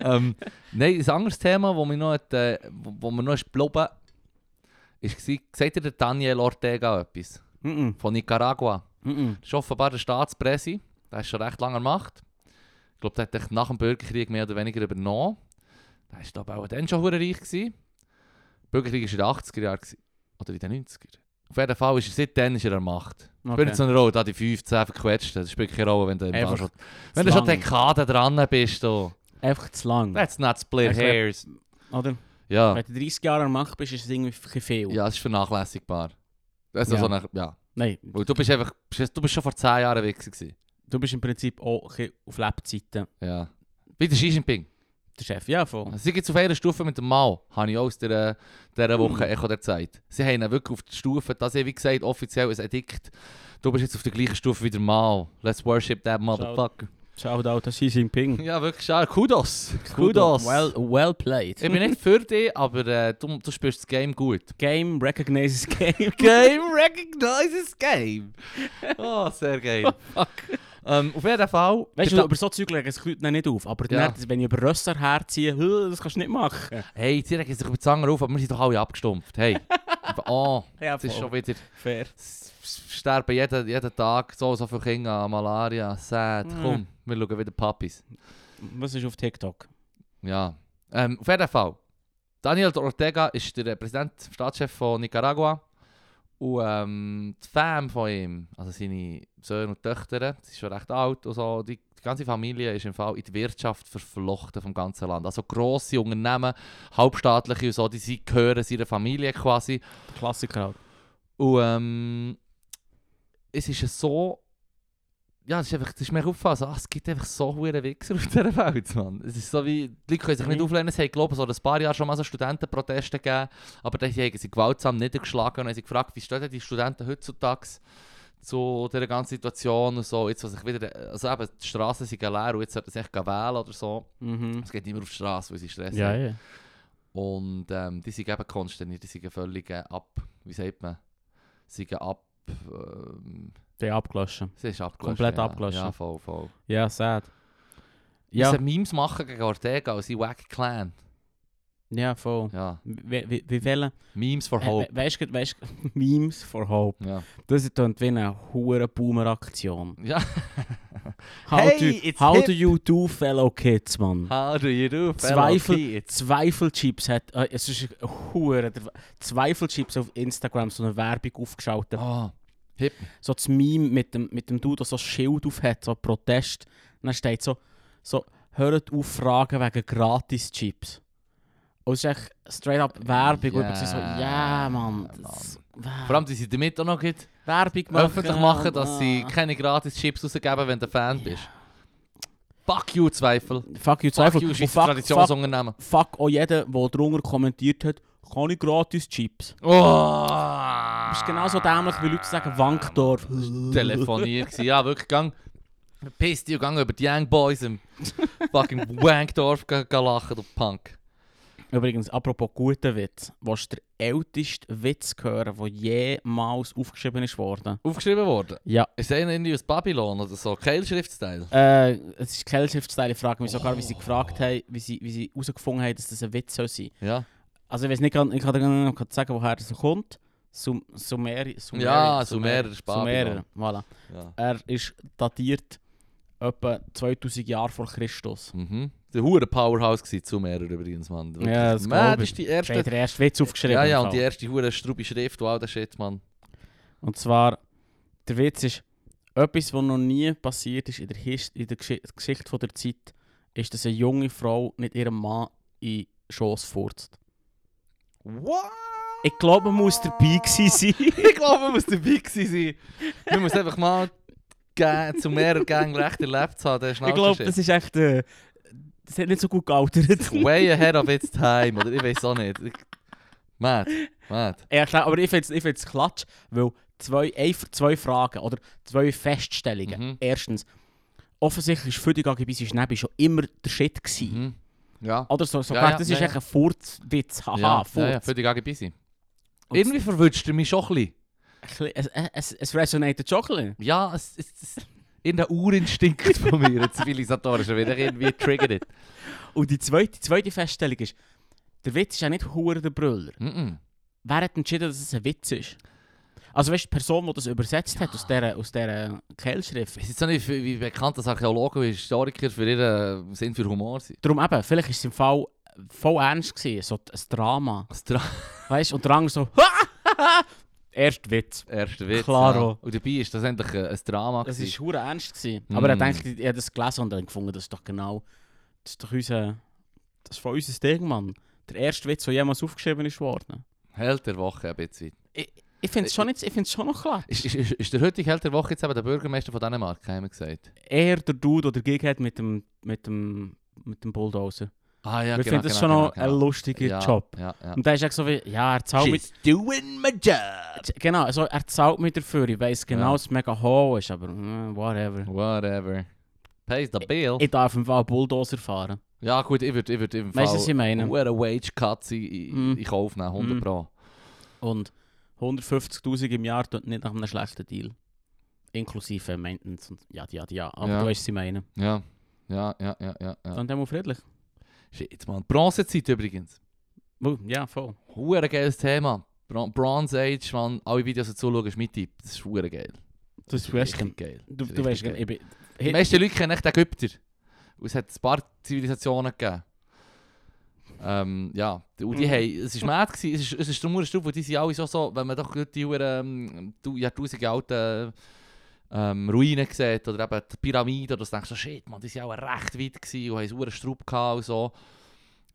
[SPEAKER 2] ähm, nein, ein anderes Thema, wo mir noch, hat, äh, wo, wo mir noch ist geblieben ist, gewesen- sagt ihr der Daniel Ortega etwas?
[SPEAKER 1] Mhm,
[SPEAKER 2] Von Nicaragua.
[SPEAKER 1] mhm.
[SPEAKER 2] Das ist offenbar der Staatspresse. Der ist schon recht lange an der Macht. Ich glaube, der hat dich nach dem Bürgerkrieg mehr oder weniger übernommen. Der war, glaube ich, auch dann schon verdammt reich. Gewesen. Der Bürgerkrieg war in den 80er Jahren. gewesen. Oder in den 90er. Auf jeden Fall ist er seitdem ist er an der Macht. Ich bin
[SPEAKER 1] Okay.
[SPEAKER 2] jetzt so eine Rolle, da die 15 verquetscht. Das spielt keine Rolle, wenn du im
[SPEAKER 1] Einfach
[SPEAKER 2] Fall schon,
[SPEAKER 1] Zu
[SPEAKER 2] wenn du schon
[SPEAKER 1] lang.
[SPEAKER 2] Dekaden dran bist. Du.
[SPEAKER 1] Einfach zu lang.
[SPEAKER 2] Let's not split
[SPEAKER 1] Ich glaub-
[SPEAKER 2] hairs.
[SPEAKER 1] Oder?
[SPEAKER 2] Ja.
[SPEAKER 1] Wenn du 30 Jahre an der Macht bist, ist es irgendwie viel. viel.
[SPEAKER 2] ja, es ist vernachlässigbar. Also
[SPEAKER 1] Ja.
[SPEAKER 2] So eine, ja.
[SPEAKER 1] Nein,
[SPEAKER 2] Weil du bist einfach, du bist schon vor 10 Jahren weg. Gewesen.
[SPEAKER 1] du bist im Prinzip auch ein bisschen auf Lebzeiten
[SPEAKER 2] Ja. Wie der Xi Jinping.
[SPEAKER 1] der Chef. Ja, voll.
[SPEAKER 2] Sie gibt auf einer Stufe mit dem Mao, habe ich auch aus dieser, dieser Woche Echo der Zeit. Sie haben ihn wirklich auf die Stufe, das ist wie gesagt offiziell ein Edikt. Du bist jetzt auf der gleichen Stufe wie der Mao. Let's worship that motherfucker.
[SPEAKER 1] Shoutout an Xi Jinping.
[SPEAKER 2] Ja, wirklich schade. Kudos. Kudos.
[SPEAKER 1] Well, well played.
[SPEAKER 2] Ich bin nicht für dich, aber äh, du, du spielst das Game gut.
[SPEAKER 1] Game recognizes game.
[SPEAKER 2] Game recognizes Game. Oh, sehr geil. Ähm, auf jeden Fall.
[SPEAKER 1] Weißt
[SPEAKER 2] der
[SPEAKER 1] du,
[SPEAKER 2] Da-
[SPEAKER 1] über so Zeug legen es Leute nicht auf. Aber
[SPEAKER 2] Ja.
[SPEAKER 1] dann, wenn ich über Rösser herziehe, «Hö, das kannst du nicht machen.
[SPEAKER 2] hey, sie regen sich über die Zange auf, aber wir sind doch alle abgestumpft. Hey. oh,
[SPEAKER 1] Ja,
[SPEAKER 2] das ist schon wieder.
[SPEAKER 1] fair.
[SPEAKER 2] S- s- sterben jeden, jeden Tag so, so viele Kinder an Malaria, sad.
[SPEAKER 1] Mm.
[SPEAKER 2] Komm, wir schauen wieder Papis.
[SPEAKER 1] Was ist auf TikTok?
[SPEAKER 2] Ja. Ähm, auf jeden Fall. Daniel Ortega ist der äh, Präsident, Staatschef von Nicaragua. Und ähm, die Fam von ihm, also seine Söhne und Töchter, sie ist schon recht alt und so, die, die ganze Familie ist im Fall in die Wirtschaft verflochten vom ganzen Land. Also grosse Unternehmen, halbstaatliche und so, die sie gehören seiner Familie quasi.
[SPEAKER 1] Der Klassiker halt.
[SPEAKER 2] Und ähm, es ist ja so. Ja, es ist einfach, das ist mir aufgefallen, so, ah, es gibt einfach so hohe Wichser auf dieser Welt, Mann. Es ist so wie, die Leute können sich nicht
[SPEAKER 1] Mhm.
[SPEAKER 2] auflehnen, es hat, glaube ich, so ein paar Jahre schon mal so Studentenproteste gegeben, aber dann haben sie gewaltsam niedergeschlagen und haben sie gefragt, wie stehen denn die Studenten heutzutage zu dieser ganzen Situation und so, jetzt, was ich wieder, also eben, die Straßen sind leer und jetzt sollten sie echt wählen oder so.
[SPEAKER 1] Mhm.
[SPEAKER 2] Es geht immer auf die Straße, weil sie Stress
[SPEAKER 1] Ja,
[SPEAKER 2] haben.
[SPEAKER 1] ja.
[SPEAKER 2] Und ähm, die sind eben konsterniert, die sind völlig äh, ab. Wie sagt man? Sie sind ab. Ähm,
[SPEAKER 1] Der abgelöscht.
[SPEAKER 2] sie ist abgelöscht.
[SPEAKER 1] Komplett
[SPEAKER 2] ja.
[SPEAKER 1] abgelöscht.
[SPEAKER 2] Ja, voll, voll.
[SPEAKER 1] Ja, sad.
[SPEAKER 2] Ja.
[SPEAKER 1] Ja,
[SPEAKER 2] Sie Memes machen gegen Ortega und sie wack Clan.
[SPEAKER 1] ja voll.
[SPEAKER 2] Ja.
[SPEAKER 1] Wie, wie, wie viele?
[SPEAKER 2] Memes
[SPEAKER 1] Äh,
[SPEAKER 2] for Hope.
[SPEAKER 1] Weißt du, weißt du, Memes for Hope.
[SPEAKER 2] Ja.
[SPEAKER 1] Das ist dann wie eine hohe Boomer-Aktion.
[SPEAKER 2] ja.
[SPEAKER 1] How,
[SPEAKER 2] Hey,
[SPEAKER 1] do,
[SPEAKER 2] it's
[SPEAKER 1] how
[SPEAKER 2] hip.
[SPEAKER 1] do you do, fellow kids, man?
[SPEAKER 2] How do you do, fellow
[SPEAKER 1] Zweifel-
[SPEAKER 2] kids?
[SPEAKER 1] Zweifelchips hat, äh, es ist hure der Zweifelchips auf Instagram so eine Werbung aufgeschaltet.
[SPEAKER 2] Ah,
[SPEAKER 1] So das Meme mit dem, mit dem Dude, der so ein Schild auf hat, so Protest. Und dann steht so, so hört auf Fragen wegen Gratis-Chips. Und es ist echt straight up Werbung. Und ich bin so, ja
[SPEAKER 2] Ja,
[SPEAKER 1] Mann, das
[SPEAKER 2] Vor allem, die sie damit auch noch gleich
[SPEAKER 1] Werbung machen.
[SPEAKER 2] öffentlich machen, dass sie keine gratis Chips rausgeben, wenn du Fan bist. Fuck you, Zweifel.
[SPEAKER 1] Fuck you,
[SPEAKER 2] Fuck
[SPEAKER 1] Zweifel.
[SPEAKER 2] you,
[SPEAKER 1] Und
[SPEAKER 2] Schweizer
[SPEAKER 1] fuck, fuck,
[SPEAKER 2] Traditionsunternehmen.
[SPEAKER 1] fuck auch jeder, der drunter kommentiert hat, kann ich gratis Chips.
[SPEAKER 2] Oh!
[SPEAKER 1] Das ist genauso dämlich, wie Leute sagen, Wankdorf.
[SPEAKER 2] telefoniert. gewesen. Ja, wirklich gang. Piss dich und gang über die Young Boys im fucking Wankdorf ga- ga lachen, du Punk.
[SPEAKER 1] Übrigens, apropos guter Witz. Willst du den ältesten Witz hören, der jemals aufgeschrieben ist worden?
[SPEAKER 2] Aufgeschrieben worden.
[SPEAKER 1] Ja.
[SPEAKER 2] Ist einer irgendwie aus Babylon oder so? Kein Schriftstyle.
[SPEAKER 1] Äh, es ist keine Schriftsteile, ich frage mich sogar, wie
[SPEAKER 2] Oh.
[SPEAKER 1] sie gefragt haben, wie sie, wie sie herausgefunden haben, dass das ein Witz soll sein
[SPEAKER 2] Ja.
[SPEAKER 1] Also ich weiß nicht, ganz- ich kann dir gar nicht ganz sagen, woher das kommt. Sum Sumeri, Sumeri,
[SPEAKER 2] Ja, Sumerer ist
[SPEAKER 1] Sumerer, voilà.
[SPEAKER 2] ja.
[SPEAKER 1] Er ist datiert etwa 2000 Jahre vor Christus.
[SPEAKER 2] Mhm. Der hure Powerhouse gsi zu mehr übrigens, Mann. Wirklich.
[SPEAKER 1] Ja, das
[SPEAKER 2] Man,
[SPEAKER 1] glaub
[SPEAKER 2] das
[SPEAKER 1] ich.
[SPEAKER 2] ist die
[SPEAKER 1] Er hat
[SPEAKER 2] erste.
[SPEAKER 1] den ersten Witz aufgeschrieben.
[SPEAKER 2] Ja, ja,
[SPEAKER 1] im
[SPEAKER 2] und die
[SPEAKER 1] Fall.
[SPEAKER 2] erste hure strube Schrift und all der Shit, Mann.
[SPEAKER 1] und zwar, der Witz ist, etwas, was noch nie passiert ist in der, His in der Geschi Geschichte von der Zeit, ist, dass eine junge Frau nicht ihrem Mann in den Schoss furzt.
[SPEAKER 2] What?
[SPEAKER 1] Ich glaube, man muss dabei gewesen sein.
[SPEAKER 2] ich glaube, man muss dabei gewesen sein. Man muss einfach mal ga- zu mehr Gang recht erlebt haben. der
[SPEAKER 1] ich glaube, das ist echt... Äh, das hat nicht so gut gealtert.
[SPEAKER 2] Way ahead of its time, oder ich weiß auch nicht. Ich- Mad, mad.
[SPEAKER 1] Ja, klar, aber ich finde es klatsch, weil zwei, ein, zwei Fragen oder zwei Feststellungen.
[SPEAKER 2] Mhm.
[SPEAKER 1] Erstens, offensichtlich war für die AGB Schneebi schon immer der Shit. Gewesen.
[SPEAKER 2] Mhm. Ja.
[SPEAKER 1] Oder so, sogar,
[SPEAKER 2] ja,
[SPEAKER 1] das
[SPEAKER 2] ja,
[SPEAKER 1] ist
[SPEAKER 2] ja.
[SPEAKER 1] echt ein Furzwitz. Haha,
[SPEAKER 2] ja,
[SPEAKER 1] Furz.
[SPEAKER 2] ja, ja, für die Gagibisi.
[SPEAKER 1] Und-
[SPEAKER 2] Irgendwie verwünscht er mich schon ein bisschen.
[SPEAKER 1] Ein bisschen- Es, es, es resoniert schon ein bisschen.
[SPEAKER 2] Ja, es, es, es in der Urinstinkt von mir, ein zivilisatorischer, wieder irgendwie triggert.
[SPEAKER 1] Und die zweite, die zweite Feststellung ist, der Witz ist ja nicht hure der Brüller.
[SPEAKER 2] Mm -mm.
[SPEAKER 1] Wer hat entschieden, dass es ein Witz ist? Also weißt du, die Person, die das übersetzt hat aus dieser, aus dieser Kehlschrift.
[SPEAKER 2] Es ist so nicht, wie wie bekannt dass Archäologen und Historiker für ihren äh, Sinn für Humor sind.
[SPEAKER 1] Darum eben, vielleicht war es im Fall voll ernst, gewesen, so ein Drama.
[SPEAKER 2] Das der
[SPEAKER 1] Weißt du, und der andere so, «Hahaha!» erst Witz.
[SPEAKER 2] erste Witz.
[SPEAKER 1] Klaro.
[SPEAKER 2] Ja. Und dabei ist das endlich ein, ein Drama.
[SPEAKER 1] Das
[SPEAKER 2] gewesen.
[SPEAKER 1] war hure ernst. Gewesen.
[SPEAKER 2] Mm.
[SPEAKER 1] Aber er denkt, ich habe das gelesen und dann gefunden, das ist doch genau, das ist doch unser, das ist voll unser Ding, Mann. Der erste Witz, der jemals aufgeschrieben ist worden. Äh,
[SPEAKER 2] Held der Woche ein bisschen.
[SPEAKER 1] Ich finde es schon, nicht- ich find's schon noch klar.
[SPEAKER 2] Ist, ist, ist, ist der heutige Held der Woche jetzt eben der Bürgermeister von Dänemark, haben wir gesagt.
[SPEAKER 1] Er, der Dude, der Gig hat mit dem, mit dem, mit dem Bulldozer.
[SPEAKER 2] Ah ja,
[SPEAKER 1] ich
[SPEAKER 2] genau,
[SPEAKER 1] finde das
[SPEAKER 2] genau,
[SPEAKER 1] schon
[SPEAKER 2] genau,
[SPEAKER 1] noch
[SPEAKER 2] genau.
[SPEAKER 1] ein lustiger
[SPEAKER 2] ja,
[SPEAKER 1] Job.
[SPEAKER 2] Ja, ja.
[SPEAKER 1] Und da ist echt so wie, ja, er zahlt mit,
[SPEAKER 2] doing my job.
[SPEAKER 1] genau, also er zahlt mit dafür. Ich weiss genau,
[SPEAKER 2] Ja.
[SPEAKER 1] dass es mega hoch ist, aber mm, whatever.
[SPEAKER 2] Whatever. Pays the bill.
[SPEAKER 1] Ich darf im Fall Bulldozer fahren.
[SPEAKER 2] ja gut, ich würde ich würd im Fall...
[SPEAKER 1] Weißt du, was ich meine?
[SPEAKER 2] Eine Wage Cut in,
[SPEAKER 1] Mm.
[SPEAKER 2] in, in Kauf nehmen, 100
[SPEAKER 1] Mm.
[SPEAKER 2] pro.
[SPEAKER 1] Und 150.000 im Jahr tut nicht nach einem schlechten Deal. Inklusive Maintenance und ja, ja, ja. Aber
[SPEAKER 2] Ja.
[SPEAKER 1] du weißt, was ich meine.
[SPEAKER 2] Ja, ja, ja, ja, ja. ja.
[SPEAKER 1] Dann dem auch friedlich.
[SPEAKER 2] Shit, man. Bronzezeit übrigens.
[SPEAKER 1] Oh, Ja, voll.
[SPEAKER 2] Hure geiles Thema. Bron Bronze Age, man. Alle Videos dazu schauen, ist mein Tipp. Das ist hure geil.
[SPEAKER 1] Das
[SPEAKER 2] ist
[SPEAKER 1] weißt
[SPEAKER 2] richtig
[SPEAKER 1] du.
[SPEAKER 2] geil.
[SPEAKER 1] Du,
[SPEAKER 2] Das ist
[SPEAKER 1] du weißt,
[SPEAKER 2] richtig geil.
[SPEAKER 1] ich bin.
[SPEAKER 2] Die meisten Leute kennen echt Ägypter. Und es hat ein paar Zivilisationen gegeben. Ähm, ja, und die
[SPEAKER 1] Mhm.
[SPEAKER 2] haben, es war mad, gewesen. es ist, es ist darum stumpf, weil die sind alle so, so wenn man doch die ähm, du- Jahrtausende alten ähm, Ruinen sieht oder eben die Pyramide, oder so, denkst du, shit, man, die sind auch recht weit gewesen und haben einen Strub gehabt und so.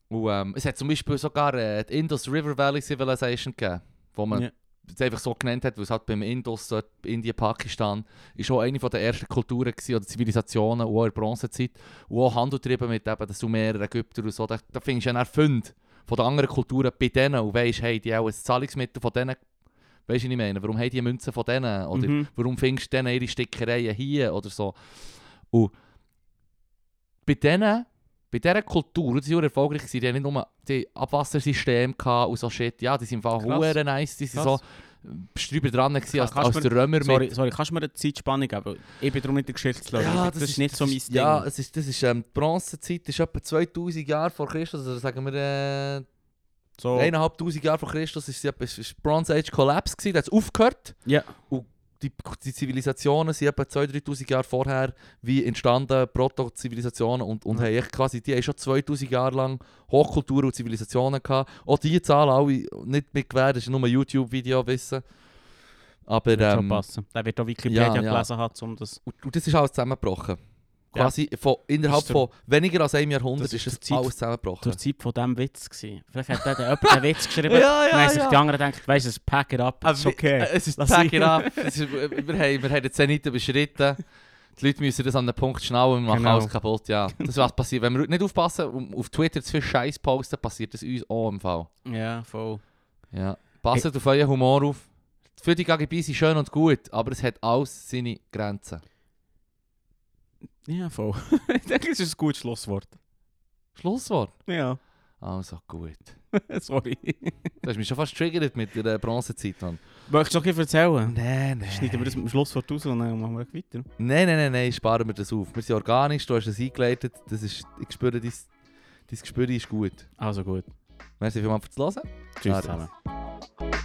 [SPEAKER 2] Und ähm, es hat zum Beispiel sogar äh, die Indus River Valley Civilization gegeben, wo man
[SPEAKER 1] Ja.
[SPEAKER 2] es einfach so genannt hat, weil es halt beim Indus, dort Indien, Pakistan, ist auch eine der ersten Kulturen gewesen, oder Zivilisationen, und auch in der Bronzezeit, und auch Handel getrieben mit eben den Sumerern, Ägyptern und so. Da, da findest du einen Erfund von den anderen Kulturen bei denen und weisst, hey, die haben auch ein Zahlungsmittel von denen. Weißt du, was ich meine? Warum haben die Münzen von denen? Oder
[SPEAKER 1] Mhm.
[SPEAKER 2] warum findest du denen ihre Stickereien hier oder so? Und bei denen, bei dieser Kultur, die waren erfolgreich, gewesen, die haben nicht nur die Abwassersysteme gehabt und so Shit. Ja, die sind einfach
[SPEAKER 1] Krass.
[SPEAKER 2] hure nice, die sind
[SPEAKER 1] Krass.
[SPEAKER 2] so strüber dran gewesen, als,
[SPEAKER 1] Ka- kannst
[SPEAKER 2] als der Römer mit
[SPEAKER 1] Sorry, sorry, kannst du mir eine Zeitspannung geben? Ich bin darum nicht der Geschichtslehrer. Ich- das, ist nicht so mein
[SPEAKER 2] das- Ja,
[SPEAKER 1] Ding.
[SPEAKER 2] es ist, das ist ähm, die Bronzezeit, ist etwa 2000 Jahre vor Christus, oder sagen wir äh,
[SPEAKER 1] So,
[SPEAKER 2] 1500 Jahre vor Christus, ist, sie etwa- ist, ist Bronze Age Collapse gewesen, da hat es aufgehört.
[SPEAKER 1] Ja.
[SPEAKER 2] Und die, die Zivilisationen sind etwa 2000, 3000 Jahre vorher wie entstanden, Proto-Zivilisationen und, und
[SPEAKER 1] Ja.
[SPEAKER 2] haben echt quasi, die haben schon 2000 Jahre lang Hochkulturen und Zivilisationen gehabt. Auch diese Zahlen alle nicht mit gewährt, das ist nur ein YouTube-Video, wissen. Aber
[SPEAKER 1] wird schon
[SPEAKER 2] ähm,
[SPEAKER 1] passen. Der wird auch Wikipedia
[SPEAKER 2] ja, ja.
[SPEAKER 1] gelesen haben, um das.
[SPEAKER 2] und, und das ist alles zusammengebrochen. quasi von, innerhalb
[SPEAKER 1] Ist
[SPEAKER 2] von weniger als einem Jahrhundert
[SPEAKER 1] Das
[SPEAKER 2] ist
[SPEAKER 1] ist
[SPEAKER 2] das
[SPEAKER 1] die Zeit-
[SPEAKER 2] alles zusammengebrochen.
[SPEAKER 1] Zur Zeit von diesem Witz gewesen. Vielleicht hat der jemand einen Witz geschrieben.
[SPEAKER 2] Ja, ja,
[SPEAKER 1] dann haben sich
[SPEAKER 2] ja.
[SPEAKER 1] die anderen gedacht, weißt du, es pack it up, it's
[SPEAKER 2] Äh,
[SPEAKER 1] okay.
[SPEAKER 2] äh, Es ist
[SPEAKER 1] Lass
[SPEAKER 2] pack
[SPEAKER 1] ich-
[SPEAKER 2] it up. Es ist, wir, wir haben, wir haben den Zenit überschritten. Die Leute müssen das an den Punkt schnallen und wir machen
[SPEAKER 1] Genau.
[SPEAKER 2] alles kaputt. Ja. Das ist was passiert. Wenn wir nicht aufpassen und auf Twitter zu viel Scheiß posten, passiert das uns auch im Fall.
[SPEAKER 1] Ja, voll.
[SPEAKER 2] Ja. Passet auf euren Humor auf. Für die KGB sind schön und gut, aber es hat alles seine Grenzen.
[SPEAKER 1] Ja, voll. ich denke, es ist ein gutes Schlusswort.
[SPEAKER 2] Schlusswort.
[SPEAKER 1] Ja,
[SPEAKER 2] Also gut.
[SPEAKER 1] sorry.
[SPEAKER 2] Du hast mich schon fast triggert mit der Bronzezeit. Mann.
[SPEAKER 1] Möchtest du noch etwas erzählen?
[SPEAKER 2] Nein, nein.
[SPEAKER 1] Schneiden wir das mit dem Schlusswort raus und dann machen wir weiter.
[SPEAKER 2] Nein, nein, nein, nein, sparen wir das auf. Wir sind organisch, du hast es eingeleitet. Das ist, ich spüre, dein, dein Gespür ist gut.
[SPEAKER 1] Also gut.
[SPEAKER 2] Merci vielmals fürs Hören.
[SPEAKER 1] Tschüss
[SPEAKER 2] Adios.
[SPEAKER 1] zusammen.